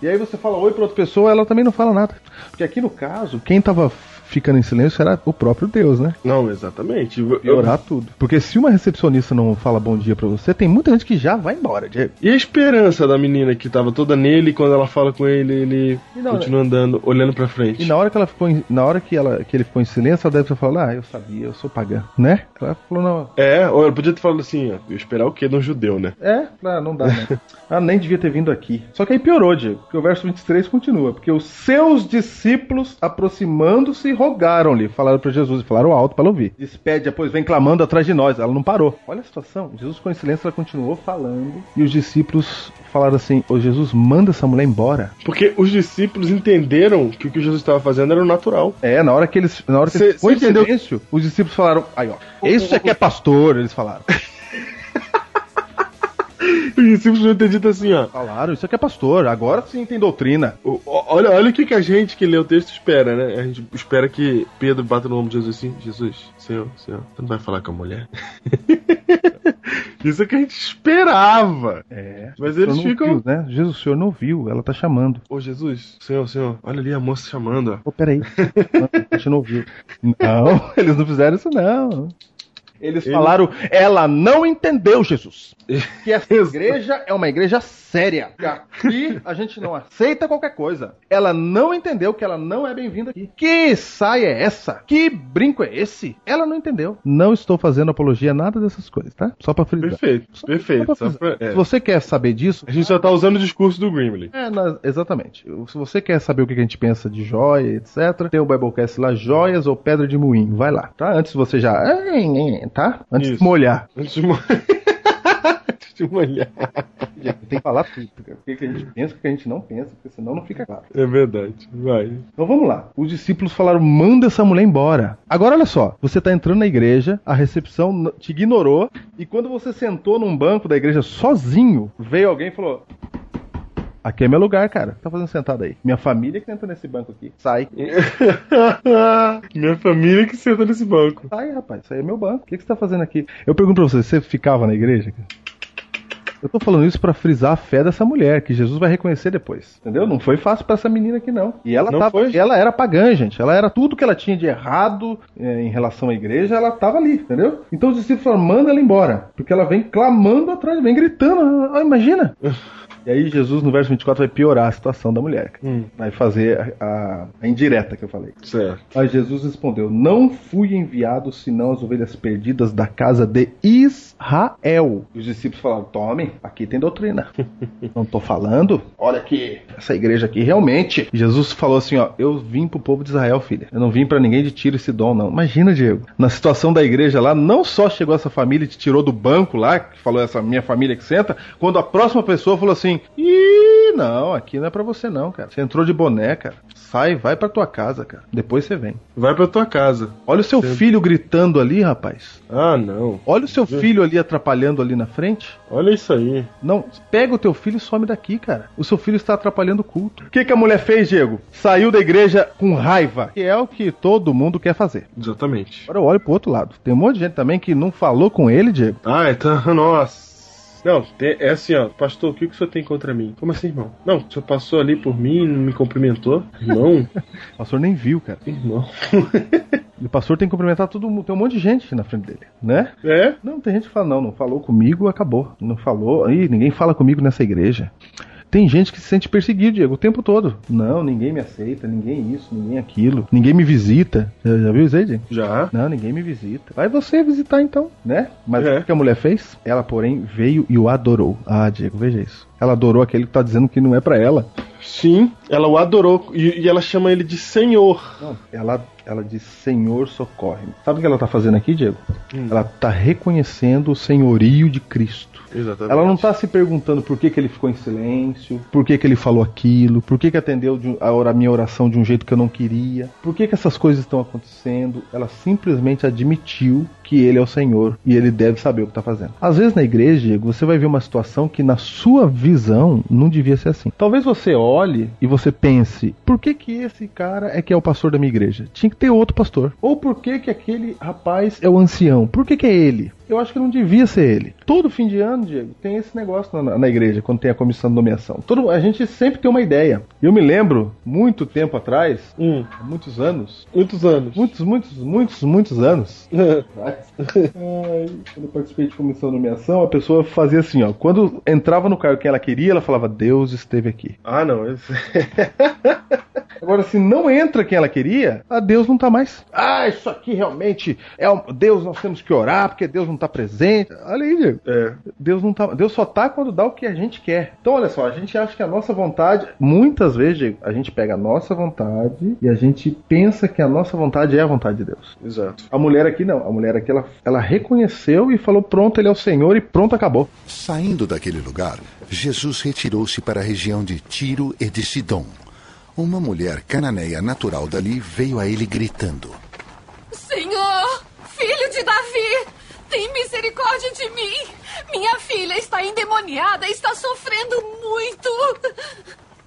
e aí você fala oi pra outra pessoa, ela também não fala nada. Porque aqui no caso, quem tava ficando em silêncio era o próprio Deus, né? Não, exatamente. Eu- Piorar tudo. Porque se uma recepcionista não fala bom dia pra você, tem muita gente que já vai embora, Diego. E a esperança da menina que tava toda nele, quando ela fala com ele, ele E não, é- continua andando, olhando pra frente. E na hora que ela ficou em- na hora que ela que ele ficou em silêncio, ela deve ter falado: "Ah, eu sabia, eu sou pagã", né? Ela falou: "Não, É, ou ela podia ter falado assim, ó, eu esperar o quê de um judeu, né? é, ah, não dá, né? Ah, nem devia ter vindo aqui. Só que aí piorou, Diego, porque o verso 23 continua. Porque os seus discípulos, aproximando-se, rogaram-lhe, falaram para Jesus e falaram alto para ouvir. Despede, depois vem clamando atrás de nós. Ela não parou. Olha a situação. Jesus ficou em silêncio, ela continuou falando. E os discípulos falaram assim: Ô Jesus, manda essa mulher embora. Porque os discípulos entenderam que o que Jesus estava fazendo era o natural. É, na hora que eles. Na hora que Cê- eles ficou cê em entendeu? silêncio, os discípulos falaram. Aí, ó. Isso aqui é pastor, eles falaram. Os discípulos não entendido assim, ó. Falaram, isso aqui é pastor. Agora sim tem doutrina. o- o- Olha, olha o que, que a gente que lê o texto espera, né? A gente espera que Pedro bata no ombro de Jesus assim, Jesus, Senhor, Senhor, você não vai falar com a mulher? Isso é o que a gente esperava. É. Mas O senhor eles não ficam. ouviu, né? Jesus, o senhor não ouviu, ela tá chamando. Ô Jesus, Senhor, Senhor, olha ali a moça chamando, ó. Pô, peraí. A gente não ouviu. Não, eles não fizeram isso, não. Eles falaram, ela não entendeu, Jesus. Que essa igreja é uma igreja séria. Que aqui a gente não aceita qualquer coisa. Ela não entendeu que ela não é bem-vinda aqui. Que saia é essa? Que brinco é esse? Ela não entendeu. Não estou fazendo apologia a nada dessas coisas, tá? Só pra frisar. Perfeito, perfeito. Só Só pra- pra- é. Se você quer saber disso, A gente já tá usando o discurso do Grimley. é, na- exatamente. Se você quer saber o que a gente pensa de joia, etc., tem o Biblecast lá, joias ou pedra de moinho. Vai lá, é, tá? Antes você já. Tá? Antes Isso. de molhar. Antes de mo- Antes se molhar. Tem que falar tudo, cara. O que que a gente pensa, o que a gente não pensa, porque senão não fica claro. É verdade. Vai. Então vamos lá. Os discípulos falaram: manda essa mulher embora. Agora olha só, você tá entrando na igreja, a recepção n- te ignorou, e quando você sentou num banco da igreja sozinho, veio alguém e falou: Aqui é meu lugar, cara. Tá fazendo sentado aí. Minha família que senta nesse banco aqui. Sai. Minha família que senta nesse banco. Sai, rapaz. Isso aí é meu banco. O que, que você tá fazendo aqui? Eu pergunto pra você, você ficava na igreja? cara? Eu tô falando isso pra frisar a fé dessa mulher, que Jesus vai reconhecer depois. Entendeu? Não foi fácil pra essa menina aqui, não. E ela Não tava. foi? Ela era pagã, gente. Ela era tudo que ela tinha de errado eh, em relação à igreja, ela tava ali, entendeu? Então os discípulos falaram, manda ela embora. Porque ela vem clamando atrás, vem gritando. Ah, imagina! E aí Jesus, no verso 24, vai piorar a situação da mulher. Hum. Vai fazer a- a- a indireta que eu falei. Certo. Mas Jesus respondeu: Não fui enviado senão as ovelhas perdidas da casa de Israel. E os discípulos falaram: Tome, aqui tem doutrina. Não tô falando? Olha aqui, essa igreja aqui realmente. Jesus falou assim: Ó, eu vim pro povo de Israel, filha. Eu não vim pra ninguém de tiro e Sidom, não. Imagina, Diego. Na situação da igreja lá, não só chegou essa família e te tirou do banco lá, que falou essa minha família que senta, quando a próxima pessoa falou assim: Ih, não, aqui não é pra você não, cara. Você entrou de boné, cara. Sai, vai pra tua casa, cara. Depois você vem. Vai pra tua casa. Olha o seu filho gritando ali, rapaz. Ah, não. Olha o seu filho ali atrapalhando ali na frente. Olha isso aí. Não, pega o teu filho e some daqui, cara. O seu filho está atrapalhando o culto. O que, que a mulher fez, Diego? Saiu da igreja com raiva. Que é o que todo mundo quer fazer. Exatamente. Agora eu olho pro outro lado. Tem um monte de gente também que não falou com ele, Diego. Ah, então, nossa. Não, te- é assim, ó, pastor, o que, que o senhor tem contra mim? Como assim, irmão? Não, o senhor passou ali por mim, não me cumprimentou. Irmão, O pastor nem viu, cara. irmão. E o pastor tem que cumprimentar todo mundo. Tem um monte de gente na frente dele, né? É? Não, tem gente que fala, não, não falou comigo, acabou. Não falou, aí ninguém fala comigo nessa igreja. Tem gente que se sente perseguido, Diego, o tempo todo. Não, ninguém me aceita, ninguém isso, ninguém aquilo. Ninguém me visita. Já, já viu isso aí, Diego? Já. Não, ninguém me visita. Vai você visitar então, né? Mas É. o que a mulher fez? Ela, porém, veio e o adorou. Ah, Diego, veja isso. Ela adorou aquele que tá dizendo que não é pra ela. Sim, ela o adorou e, e ela chama ele de senhor. Não, ela, ela diz: Senhor, socorre-me. Sabe o que ela tá fazendo aqui, Diego? Ela tá reconhecendo o senhorio de Cristo. Exatamente. Ela não tá se perguntando por que, que ele ficou em silêncio, por que, que ele falou aquilo, por que, que atendeu de um- a, hora- a minha oração de um jeito que eu não queria, por que, que essas coisas estão acontecendo. Ela simplesmente admitiu que ele é o Senhor e ele deve saber o que tá fazendo. Às vezes na igreja, Diego, você vai ver uma situação que na sua visão não devia ser assim. Talvez você olhe e você pense, por que que esse cara é que é o pastor da minha igreja? Tinha que ter outro pastor. Ou por que que aquele rapaz é o ancião? Por que que é ele? Eu acho que não devia ser ele. Todo fim de ano, Diego, tem esse negócio na, na igreja, quando tem a comissão de nomeação. Todo, a gente sempre tem uma ideia. Eu me lembro, muito tempo atrás, Hum, há muitos anos, muitos anos. muitos, muitos, muitos, muitos anos, Ai, quando eu participei de comissão de nomeação, a pessoa fazia assim, ó. Quando entrava no cargo que ela queria, ela falava, Deus esteve aqui. ah, não. esse- Agora, se não entra quem ela queria, a Deus não tá mais. Ah, isso aqui realmente é um... Deus, nós temos que orar, porque Deus não tá presente. Olha aí, Diego. É. Deus não tá. Deus só tá quando dá o que a gente quer. Então, olha só, a gente acha que a nossa vontade. Muitas vezes, Diego, a gente pega a nossa vontade e a gente pensa que a nossa vontade é a vontade de Deus. Exato. A mulher aqui não. A mulher aqui, ela, ela reconheceu e falou: pronto, ele é o Senhor e pronto, acabou. Saindo daquele lugar, Jesus retirou-se para a região de Tiro e de Sidom. Uma mulher cananeia natural dali veio a ele gritando. Senhor, filho de Davi, tem misericórdia de mim. Minha filha está endemoniada, está sofrendo muito.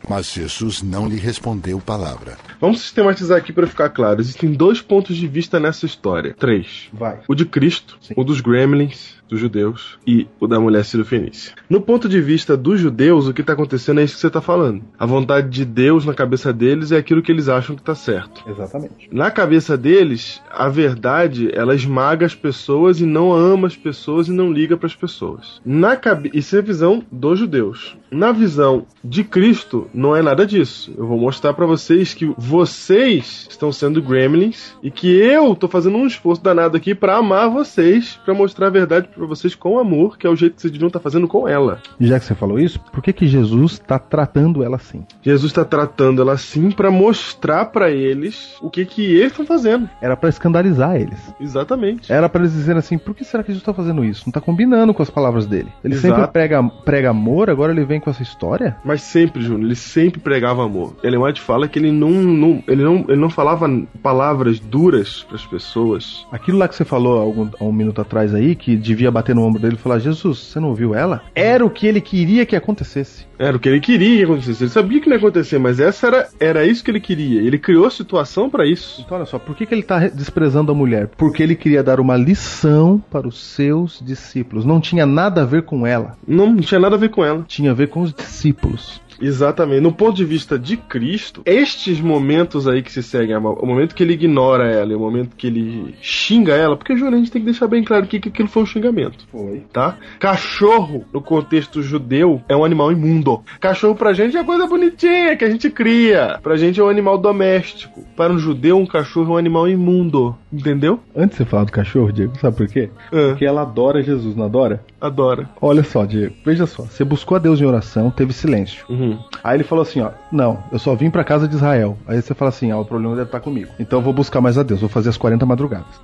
Mas Jesus não lhe respondeu palavra. Vamos sistematizar aqui pra ficar claro. Existem dois pontos de vista nessa história. Três. Vai. O de Cristo, Sim. o dos gremlins, dos judeus, e o da mulher sirofenícia. No ponto de vista dos judeus, o que tá acontecendo é isso que você tá falando. A vontade de Deus na cabeça deles é aquilo que eles acham que tá certo. Exatamente. Na cabeça deles, a verdade, ela esmaga as pessoas e não ama as pessoas e não liga pras pessoas. Na cabe... Isso é a visão dos judeus. Na visão de Cristo, não é nada disso. Eu vou mostrar pra vocês que vocês estão sendo gremlins e que eu tô fazendo um esforço danado aqui pra amar vocês, pra mostrar a verdade pra para vocês com amor, que é o jeito que vocês deviam estar fazendo com ela. Já que você falou isso, por que, que Jesus está tratando ela assim? Jesus está tratando ela assim para mostrar para eles o que que eles estão fazendo. Era para escandalizar eles. Exatamente. Era para eles dizerem assim: por que será que Jesus está fazendo isso? Não está combinando com as palavras dele. Ele Exato. sempre prega, prega amor, agora ele vem com essa história? Mas sempre, Júnior, ele sempre pregava amor. Ellen White fala que ele não, não- ele não, ele não falava palavras duras para as pessoas. Aquilo lá que você falou há, algum- há um minuto atrás aí, que devia bater no ombro dele e falar: Jesus, você não ouviu ela? Era o que ele queria que acontecesse. Era o que ele queria que acontecesse. Ele sabia que não ia acontecer, mas essa era, era isso que ele queria. Ele criou a situação para isso. Então, olha só, por que, que ele está desprezando a mulher? Porque ele queria dar uma lição para os seus discípulos. Não tinha nada a ver com ela, Não tinha nada a ver com ela. tinha a ver com os discípulos. Exatamente. No ponto de vista de Cristo, estes momentos aí que se seguem, é o momento que ele ignora ela, é o momento que ele xinga ela, porque, Júnior, a gente tem que deixar bem claro que, que aquilo foi um xingamento. Foi. Tá? Cachorro, no contexto judeu, é um animal imundo. Cachorro pra gente é coisa bonitinha que a gente cria. Pra gente é um animal doméstico. Para um judeu, um cachorro é um animal imundo. Entendeu? Antes de você falar do cachorro, Diego, sabe por quê? Ah. Porque ela adora Jesus, não adora? Adora. Olha só, Diego, veja só. Você buscou a Deus em oração, teve silêncio. Uhum. Aí ele falou assim, ó, não, eu só vim pra casa de Israel. Aí você fala assim, ah, o problema deve estar comigo. Então eu vou buscar mais a Deus, vou fazer as 40 madrugadas.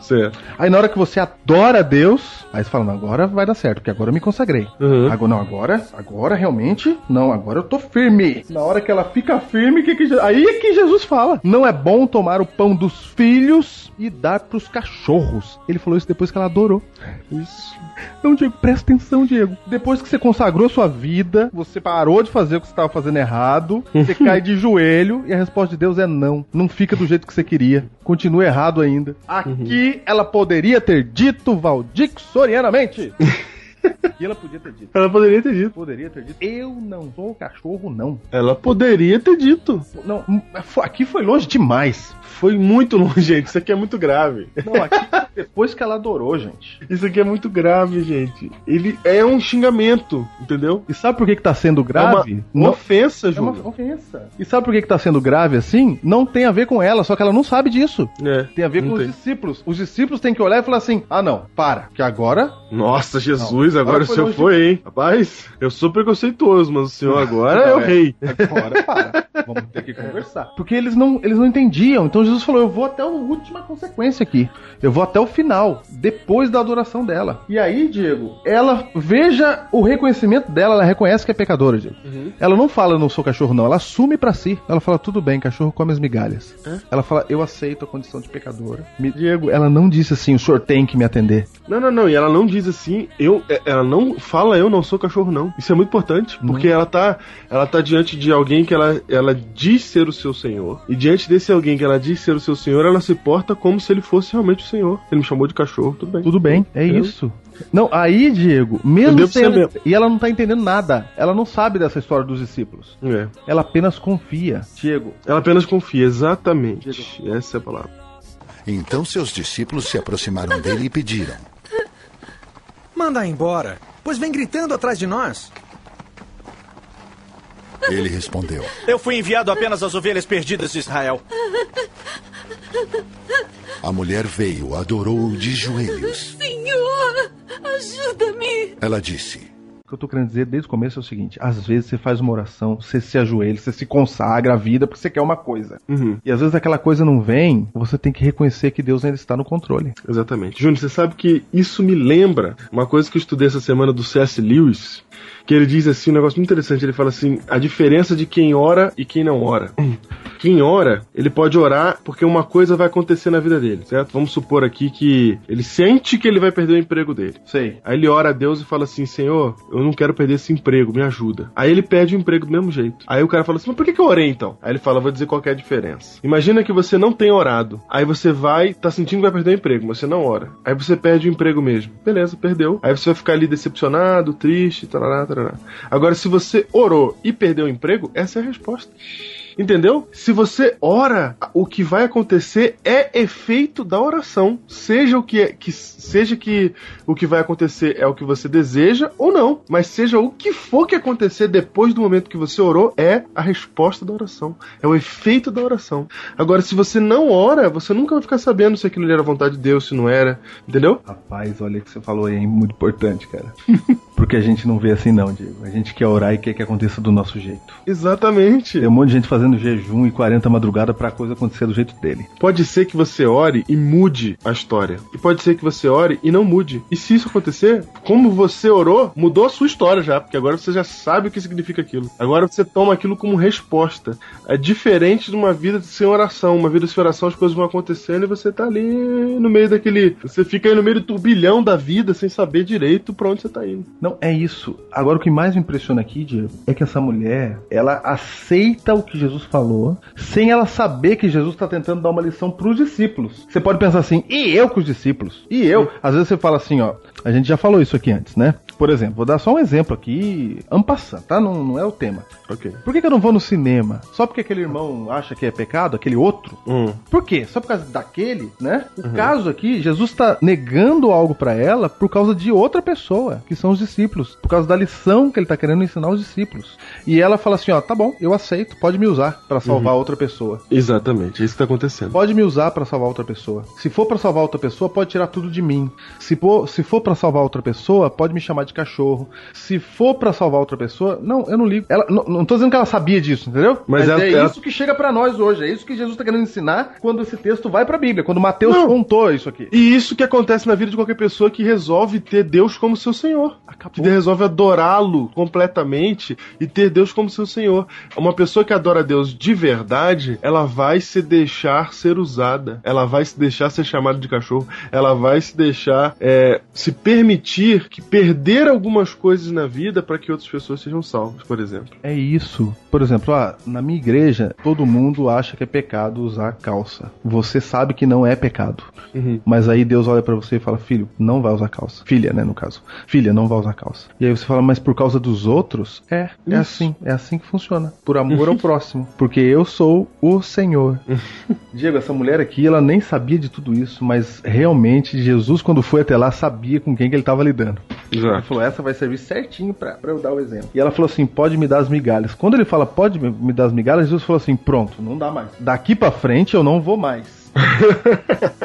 Certo. Aí na hora que você adora a Deus, aí você fala, não, agora vai dar certo, porque agora eu me consagrei. Uhum. Agora, não, agora, agora realmente, não, agora eu tô firme. Na hora que ela fica firme, que que Je- aí é que Jesus fala, não é bom tomar o pão dos filhos e dar pros cachorros. Ele falou isso depois que ela adorou. Isso. Então, Diego, presta atenção, Diego. Depois que você consagrou sua vida, você parou de fazer o que você estava fazendo errado, você cai de joelho e a resposta de Deus é não. Não fica do jeito que você queria. Continua errado ainda. Aqui Uhum. ela poderia ter dito valdixorianamente. e ela podia ter dito. Ela poderia ter dito. Poderia ter dito. Eu não sou cachorro, não. Ela poderia ter dito. Não, fo- aqui foi longe demais. Foi muito longe, gente. Isso aqui é muito grave. Não, aqui depois que ela adorou, gente. Isso aqui é muito grave, gente. Ele é um xingamento, entendeu? E sabe por que, que tá sendo É grave? uma, uma Não- ofensa, É uma Júlio. ofensa. E sabe por que, que tá sendo grave assim? Não tem a ver com ela, só que ela não sabe disso. É, Tem a ver não com tem. os discípulos. Os discípulos têm que olhar e falar assim: ah, não, para, que agora. Nossa, Jesus, Não. agora Agora o foi senhor longe foi, hein? Rapaz, eu sou preconceituoso, mas o senhor agora é o é. rei. Agora para. Vamos ter que conversar. Porque eles não, eles não entendiam. Então Jesus falou: eu vou até a última consequência aqui. Eu vou até o final, depois da adoração dela. E aí, Diego, ela veja o reconhecimento dela, ela reconhece que é pecadora, Diego. Uhum. Ela não fala, eu não sou cachorro, não. Ela assume pra si. Ela fala, tudo bem, cachorro come as migalhas. Ela fala, eu aceito a condição de pecadora. Me- Diego, ela não disse assim, o senhor tem que me atender. Não, não, não. E ela não diz assim, eu. é- Ela não fala eu não sou cachorro, não. Isso é muito importante, porque ela tá. Ela tá diante de alguém que ela, ela diz ser o seu senhor. E diante desse alguém que ela diz ser o seu senhor, ela se porta como se ele fosse realmente o senhor. Ele me chamou de cachorro, tudo bem. Tudo bem, é Eu- isso. Não, aí, Diego, mesmo devo ser sendo. mesmo. E ela não tá entendendo nada. Ela não sabe dessa história dos discípulos. É. Ela apenas confia. Diego, Ela apenas confia, exatamente. Essa é a palavra. Então seus discípulos se aproximaram dele e pediram: Manda embora, pois vem gritando atrás de nós. Ele respondeu: Eu fui enviado apenas às ovelhas perdidas de Israel. A mulher veio, adorou-o de joelhos. Senhor, ajuda-me. Ela disse: o que eu tô querendo dizer desde o começo é o seguinte: às vezes você faz uma oração, você se ajoelha, você se consagra à vida porque você quer uma coisa. E às vezes aquela coisa não vem, você tem que reconhecer que Deus ainda está no controle. Exatamente. Júnior, você sabe que isso me lembra uma coisa que eu estudei essa semana do C.S. Lewis, que ele diz assim, um negócio muito interessante, ele fala assim, a diferença de quem ora e quem não ora. Quem ora, ele pode orar porque uma coisa vai acontecer na vida dele, certo? Vamos supor aqui que ele sente que ele vai perder o emprego dele. Sei. Aí ele ora a Deus e fala assim: Senhor, eu não quero perder esse emprego, me ajuda. Aí ele pede o emprego do mesmo jeito. Aí o cara fala assim: Mas por que, que eu orei então? Aí ele fala: Vou dizer qual que é a diferença. Imagina que você não tem orado. Aí você vai, tá sentindo que vai perder o emprego, mas você não ora. Aí você perde o emprego mesmo. Beleza, perdeu. Aí você vai ficar ali decepcionado, triste, tarará, tarará. Agora, se você orou e perdeu o emprego, essa é a resposta. Entendeu? Se você ora, o que vai acontecer é efeito da oração. Seja o que é, que seja que o que vai acontecer é o que você deseja ou não, mas seja o que for que acontecer depois do momento que você orou é a resposta da oração, é o efeito da oração. Agora se você não ora, você nunca vai ficar sabendo se aquilo ali era vontade de Deus, se não era, entendeu? Rapaz, olha o que você falou aí, hein? muito importante, cara. Porque a gente não vê assim não, Diego. A gente quer orar e quer que aconteça do nosso jeito. Exatamente. Tem um monte de gente fazendo jejum e 40 madrugada pra coisa acontecer do jeito dele. Pode ser que você ore e mude a história. E pode ser que você ore e não mude. E se isso acontecer, como você orou, mudou a sua história já, porque agora você já sabe o que significa aquilo. Agora você toma aquilo como resposta. É diferente de uma vida sem oração. Uma vida sem oração, as coisas vão acontecendo e você tá ali no meio daquele. Você fica aí no meio do turbilhão da vida sem saber direito pra onde você tá indo. Não, é isso. Agora o que mais me impressiona aqui, Diego, é que essa mulher, ela aceita o que Jesus falou, sem ela saber que Jesus está tentando dar uma lição para os discípulos. Você pode pensar assim, e eu com os discípulos? E eu? Às vezes você fala assim, ó, a gente já falou isso aqui antes, né? Por exemplo, vou dar só um exemplo aqui, ampassando, tá? Não, não é o tema. Ok. Por que, que eu não vou no cinema? Só porque aquele irmão acha que é pecado, aquele outro? Hum. Por quê? Só por causa daquele, né? O caso aqui, Jesus está negando algo para ela por causa de outra pessoa, que são os discípulos, por causa da lição que ele tá querendo ensinar os discípulos. E ela fala assim, ó, tá bom, eu aceito, pode me usar para salvar outra pessoa. Exatamente, é isso que tá acontecendo. Pode me usar para salvar outra pessoa. Se for para salvar outra pessoa, pode tirar tudo de mim. Se for, se for para salvar outra pessoa, pode me chamar de cachorro. Se for para salvar outra pessoa, não, eu não ligo. Ela, não, não tô dizendo que ela sabia disso, entendeu? Mas ela- é ela- isso que chega para nós hoje, é isso que Jesus tá querendo ensinar quando esse texto vai pra Bíblia, quando Mateus Não. contou isso aqui. E isso que acontece na vida de qualquer pessoa que resolve ter Deus como seu Senhor. Acabou. Que resolve adorá-lo completamente e ter Deus como seu Senhor. Uma pessoa que adora Deus de verdade, ela vai se deixar ser usada. Ela vai se deixar ser chamada de cachorro. Ela vai se deixar é, se permitir que perder algumas coisas na vida para que outras pessoas sejam salvas, por exemplo. É isso. Por exemplo, ah, na minha igreja, todo mundo acha que é pecado usar calça. Você sabe que não é pecado. Mas aí Deus olha pra você e fala: Filho, não vai usar calça. Filha, né, no caso. Filha, não vai usar calça. E aí você fala: Mas por causa dos outros? É, é Isso. assim. É assim que funciona. Por amor ao próximo. Porque eu sou o Senhor. Diego, essa mulher aqui, ela nem sabia de tudo isso, mas realmente Jesus, quando foi até lá, sabia com quem que ele tava lidando. Ele falou, essa vai servir certinho pra, pra eu dar o exemplo. E ela falou assim, pode me dar as migalhas. Quando ele fala, pode me- me dar as migalhas, Jesus falou assim, pronto, não dá mais. Daqui pra frente eu não vou mais.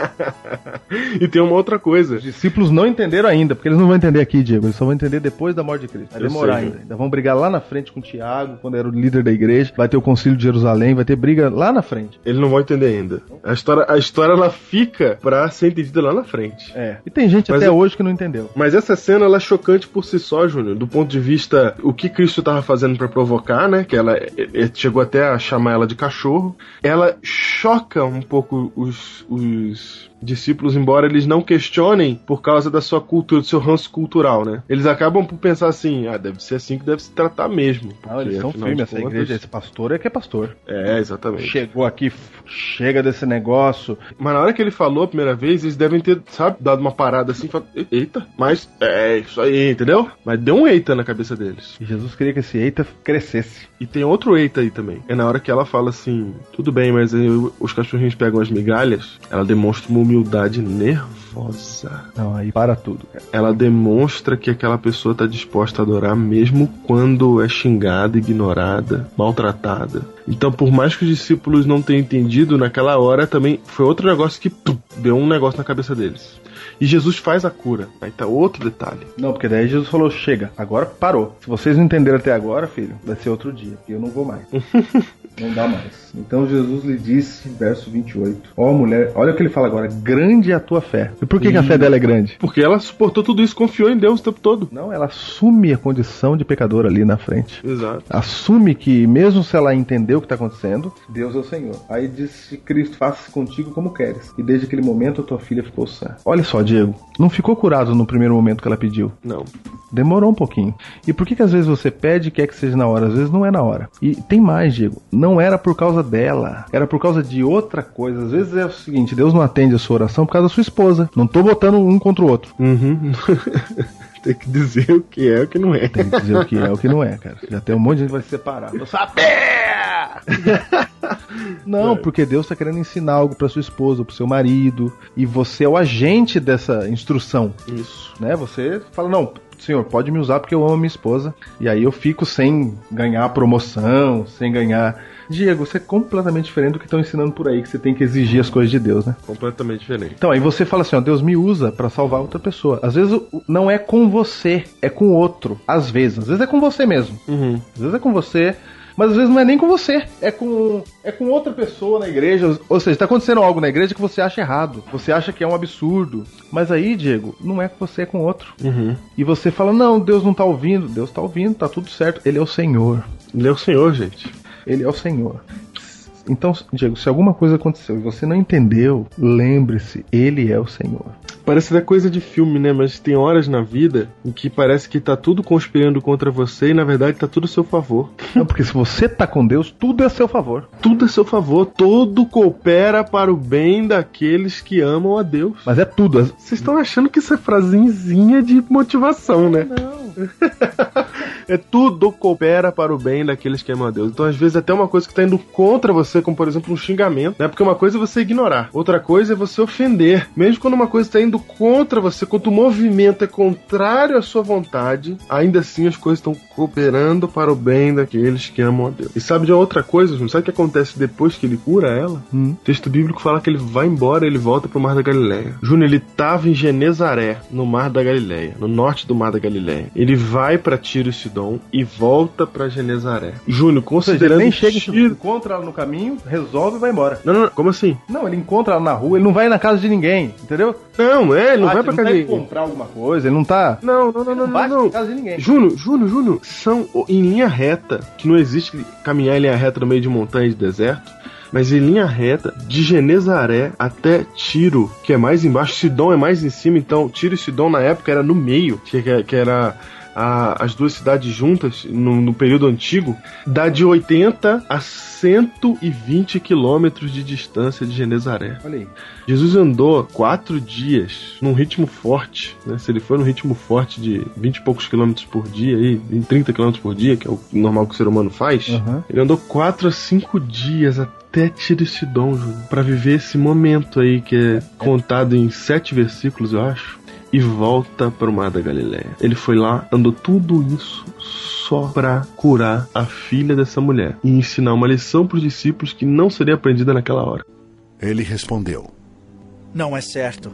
E tem uma outra coisa. Os discípulos não entenderam ainda, porque eles não vão entender aqui, Diego. Eles só vão entender depois da morte de Cristo. Vai Eu demorar sei, ainda. Ainda vão brigar lá na frente com Tiago, quando era o líder da igreja. Vai ter o concílio de Jerusalém, vai ter briga lá na frente. Ele não vai entender ainda. A história, a história ela fica pra ser entendida lá na frente. É. E tem gente Mas até eu- hoje que não entendeu. Mas essa cena ela é chocante por si só, Júnior, do ponto de vista o que Cristo estava fazendo para provocar, né? Que ela eh, eh, chegou até a chamar ela de cachorro. Ela choca um pouco os, os discípulos, embora eles não questionem por causa da sua cultura, do seu ranço cultural, né? Eles acabam por pensar assim, ah, deve ser assim que deve se tratar mesmo. Não, Ah, eles porque, são afinal firmes. de Essa contas- igreja, esse pastor é que é pastor. É, exatamente. Chegou aqui, f- chega desse negócio. Mas na hora que ele falou a primeira vez, eles devem ter, sabe, dado uma parada assim, falado, eita, mas é isso aí, entendeu? Mas deu um eita na cabeça deles. E Jesus queria que esse eita crescesse. E tem outro eita aí também. É na hora que ela fala assim: tudo bem, mas eu- os cachorrinhos pegam as migalhas. Ela demonstra uma humildade nervosa. Não, Então, aí para tudo, cara. Ela demonstra que aquela pessoa tá disposta a adorar mesmo quando é xingada, ignorada, maltratada. Então, por mais que os discípulos não tenham entendido, naquela hora também foi outro negócio que tum, deu um negócio na cabeça deles. E Jesus faz a cura. Aí tá outro detalhe. Não, porque daí Jesus falou: chega, agora parou. Se vocês não entenderam até agora, filho, vai ser outro dia, que eu não vou mais. não dá mais. Então Jesus lhe disse, verso 28, ó mulher, olha o que ele fala agora: grande é a tua fé. E por que, que a fé dela é grande? Porque ela suportou tudo isso, confiou em Deus o tempo todo. Não, ela assume a condição de pecador ali na frente. Exato. Assume que, mesmo se ela entender o que está acontecendo, Deus é o Senhor. Aí disse Cristo: faça contigo como queres. E desde aquele momento a tua filha ficou sã. Olha só, Diego, não ficou curado no primeiro momento que ela pediu. Não. Demorou um pouquinho. E por que, que às vezes você pede e quer que seja na hora? Às vezes não é na hora. E tem mais, Diego. Não era por causa dela. Era por causa de outra coisa. Às vezes é o seguinte: Deus não atende a sua oração por causa da sua esposa. Não tô botando um contra o outro. Uhum. Tem que dizer o que é e o que não é. Tem que dizer o que é o que não é, cara. Já tem um monte de gente que vai se separar. Tô sabendo! Maria! Não, porque Deus está querendo ensinar algo para sua esposa, para seu marido, e você é o agente dessa instrução, Isso. né? Você fala não, senhor, pode me usar porque eu amo a minha esposa, e aí eu fico sem ganhar promoção, sem ganhar. Diego, você é completamente diferente do que estão ensinando por aí que você tem que exigir as coisas de Deus, né? Completamente diferente. Então aí você fala assim, ó, Deus me usa pra salvar outra pessoa. Às vezes o- o- não é com você, é com outro. Às vezes, às vezes é com você mesmo. Às vezes é com você, mas às vezes não é nem com você, é com é com outra pessoa na igreja, ou seja, tá acontecendo algo na igreja que você acha errado, você acha que é um absurdo. Mas aí, Diego, não é com você, é com outro. E você fala: "Não, Deus não tá ouvindo, Deus tá ouvindo, tá tudo certo, ele é o Senhor". Ele é o Senhor, gente. Ele é o Senhor. Então, Diego, se alguma coisa aconteceu e você não entendeu, lembre-se, ele é o Senhor. Parece até coisa de filme, né? Mas tem horas na vida em que parece que tá tudo conspirando contra você e na verdade tá tudo a seu favor. Não, porque se você tá com Deus, tudo é a seu favor. Tudo a seu favor, todo coopera para o bem daqueles que amam a Deus. Mas é tudo. é- Vocês estão achando que isso é frasezinha de motivação, né? Não. é tudo coopera para o bem daqueles que amam a Deus. Então, às vezes, até uma coisa que tá indo contra você, como por exemplo um xingamento, né? Porque uma coisa é você ignorar, outra coisa é você ofender. Mesmo quando uma coisa está indo contra você, quando o movimento é contrário à sua vontade, ainda assim as coisas estão cooperando para o bem daqueles que amam a Deus. E sabe de uma outra coisa, Júnior? Sabe o que acontece depois que ele cura ela? Hum. O texto bíblico fala que ele vai embora, ele volta pro Mar da Galileia. Júnior, ele tava em Genezaré, no Mar da Galileia, no norte do Mar da Galileia. Ele vai pra Tiro e Sidom e volta pra Genezaré. Júnior, Ou seja, ele considerando nem chega, em- Tiro... encontra ela no caminho, resolve e vai embora. Não, não, não, como assim? Não, ele encontra ela na rua, ele não vai na casa de ninguém, entendeu? Não, é, ele não Ah, vai pra tá casa indo comprar alguma coisa, ele não tá. Não, não, não, não, Não vai não, na não. casa de ninguém. Júnior, Júnior, Júnior, são o- em linha reta, que não existe caminhar em linha reta no meio de montanha e de deserto, mas em linha reta, de Genezaré até Tiro, que é mais embaixo, Sidom é mais em cima, então Tiro e Sidom na época era no meio, que, que- que era a- as duas cidades juntas no, no período antigo, dá de 80 a 120 quilômetros de distância de Genezaré. Olha aí. Jesus andou quatro dias num ritmo forte, né? Se ele for num ritmo forte de 20 e poucos quilômetros por dia, aí, 20, 30 quilômetros por dia, que é o normal que o ser humano faz, Aham. ele andou quatro a cinco dias até Tiro e Sidom, Júlio, pra viver esse momento aí que é contado em sete versículos, eu acho, e volta pro Mar da Galileia. Ele foi lá, andou tudo isso só pra curar a filha dessa mulher e ensinar uma lição pros discípulos que não seria aprendida naquela hora. Ele respondeu: Não é certo.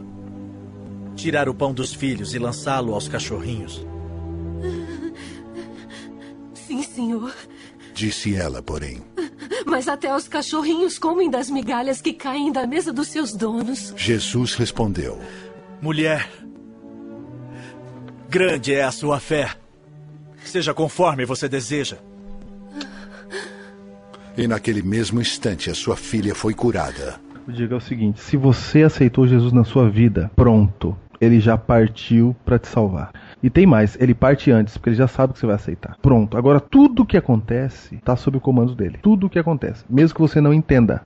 Tirar o pão dos filhos e lançá-lo aos cachorrinhos. Sim, senhor. Disse ela, porém. Mas até os cachorrinhos comem das migalhas que caem da mesa dos seus donos. Jesus respondeu: Mulher, grande é a sua fé. Seja conforme você deseja. E naquele mesmo instante a sua filha foi curada. O Diego é o seguinte: se você aceitou Jesus na sua vida, pronto. Ele já partiu pra te salvar. E tem mais, ele parte antes, porque ele já sabe que você vai aceitar. Pronto. Agora tudo que acontece tá sob o comando dele. Tudo que acontece, mesmo que você não entenda.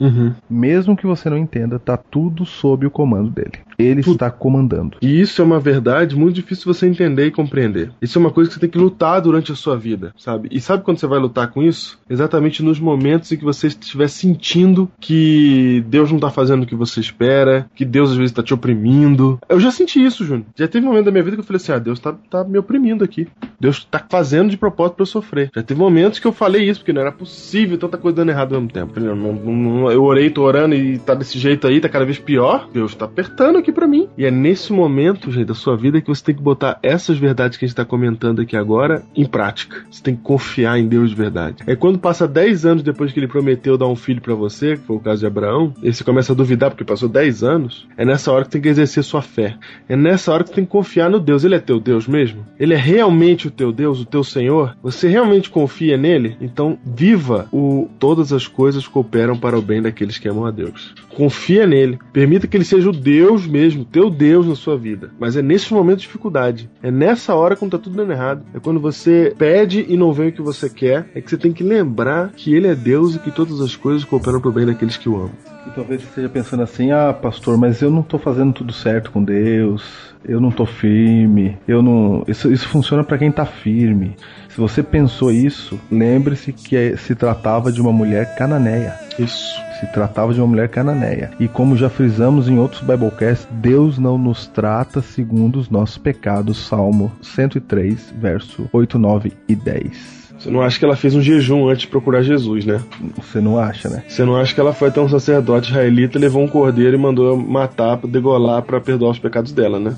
Mesmo que você não entenda, tá tudo sob o comando dele. Ele está comandando. E isso é uma verdade muito difícil você entender e compreender. Isso é uma coisa que você tem que lutar durante a sua vida, sabe? E sabe quando você vai lutar com isso? Exatamente nos momentos em que você estiver sentindo que Deus não tá fazendo o que você espera, que Deus às vezes tá te oprimindo. Eu já senti isso, Júnior. Já teve um momento da minha vida que eu falei assim: ah, Deus tá, tá me oprimindo aqui. Deus tá fazendo de propósito pra eu sofrer. Já teve momentos que eu falei isso, porque não era possível tanta coisa dando errado ao mesmo tempo. Eu, não- não- não- eu orei, tô orando e tá desse jeito aí, tá cada vez pior. Deus tá apertando aqui pra mim. E é nesse momento, gente, da sua vida que você tem que botar essas verdades que a gente tá comentando aqui agora em prática. Você tem que confiar em Deus de verdade. É quando passa 10 anos depois que ele prometeu dar um filho pra você, que foi o caso de Abraão, e você começa a duvidar porque passou 10 anos, é nessa hora que tem que exercer sua fé. É nessa hora que você tem que confiar no Deus. Ele é teu Deus mesmo? Ele é realmente o teu Deus, o teu Senhor? Você realmente confia nele? Então, viva o todas as coisas cooperam para o bem daqueles que amam a Deus. Confia nele. Permita que ele seja o Deus mesmo, teu Deus na sua vida. Mas é nesse momento de dificuldade. É nessa hora quando tá tudo dando errado. É quando você pede e não vem o que você quer. É que você tem que lembrar que ele é Deus e que todas as coisas cooperam para o bem daqueles que o amam. E talvez você esteja pensando assim: ah, pastor, mas eu não estou fazendo tudo certo com Deus, eu não estou firme, eu não. Isso, isso funciona para quem está firme. Se você pensou isso, lembre-se que é- se tratava de uma mulher cananeia. Isso. Se tratava de uma mulher cananeia. E como já frisamos em outros Biblecasts, Deus não nos trata segundo os nossos pecados. Salmo 103, verso 8, 9 e 10. Você não acha que ela fez um jejum antes de procurar Jesus, né? Você não acha, né? Você não acha que ela foi até um sacerdote israelita, levou um cordeiro e mandou matar, degolar pra perdoar os pecados dela, né?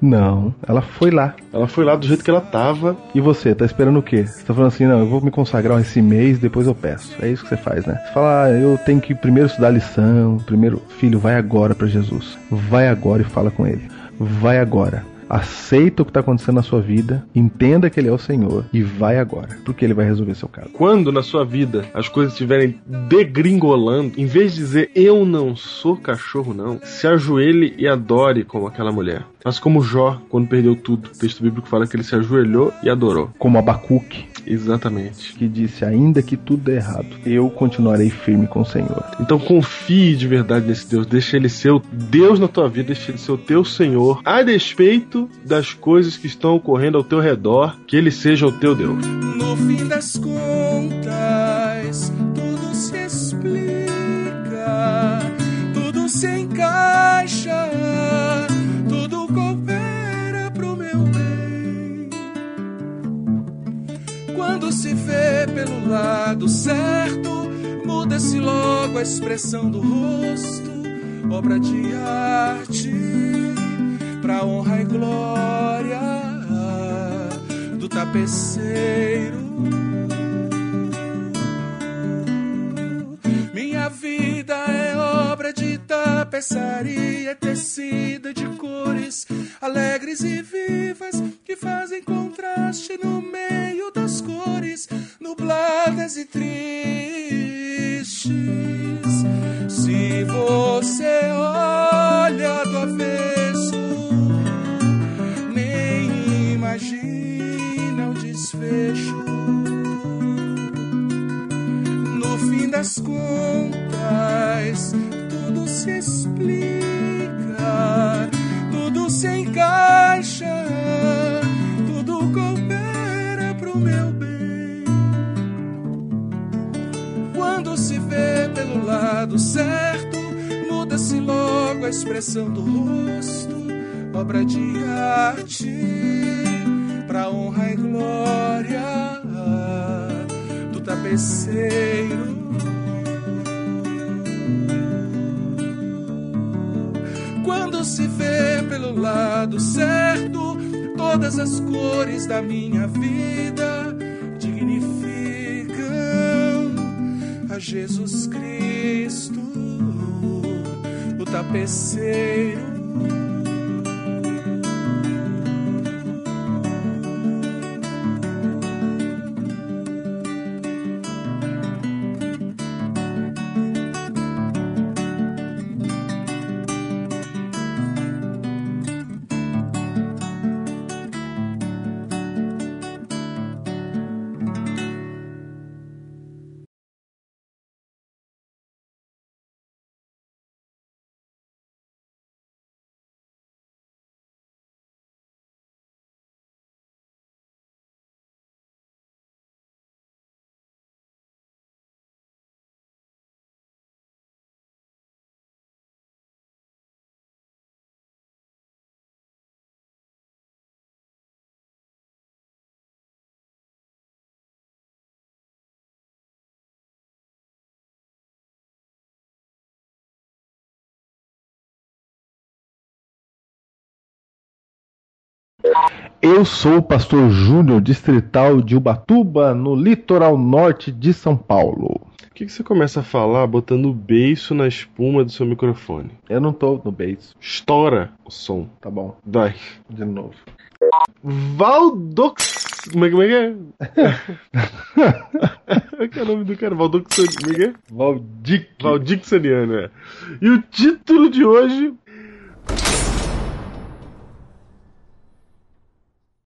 Não, ela foi lá. Ela foi lá do jeito que ela tava. E você, tá esperando o quê? Você tá falando assim, não, eu vou me consagrar esse mês, depois eu peço. É isso que você faz, né? Você fala, ah, eu tenho que primeiro estudar a lição, primeiro, filho, vai agora pra Jesus. Vai agora e fala com ele. Vai agora. Aceita o que tá acontecendo na sua vida, entenda que ele é o Senhor e vai agora, porque ele vai resolver seu caso. Quando na sua vida as coisas estiverem degringolando, em vez de dizer eu não sou cachorro, não, se ajoelhe e adore como aquela mulher. Mas como Jó, quando perdeu tudo, o texto bíblico fala que ele se ajoelhou e adorou. Como Abacuque, Exatamente. que disse, ainda que tudo dê errado, eu continuarei firme com o Senhor. Então confie de verdade nesse Deus, deixa ele ser o Deus na tua vida, deixa ele ser o teu Senhor, a despeito das coisas que estão ocorrendo ao teu redor, que ele seja o teu Deus. No fim das contas, tudo se explica, tudo se encaixa, tudo coopera pro meu bem. Quando se vê pelo lado certo, muda-se logo a expressão do rosto, obra de arte, pra honra e glória do tapeceiro. Minha vida é obra de tapeçaria, tecida de cores alegres e vivas que fazem contraste no meio das cores nubladas e tristes. Se você olha do avesso, nem imagina o desfecho. No fim das contas, tudo se explica, tudo se encaixa, tudo coopera pro meu bem. Quando se vê pelo lado certo, muda-se logo a expressão do rosto, obra de arte, pra honra e glória do tapeceiro. Quando se vê pelo lado certo, todas as cores da minha vida dignificam a Jesus Cristo, o tapeceiro. Eu sou o pastor Júnior, distrital de Ubatuba, no litoral norte de São Paulo. Por que, que você começa a falar botando o beiço na espuma do seu microfone? Eu não tô no beijo, Estoura o som. tá bom, Dói. de novo. Valdox. Como é como é que é? que é o nome do cara? Valdox. Como é que é? Valdic. Valdixoniano, é. E o título de hoje.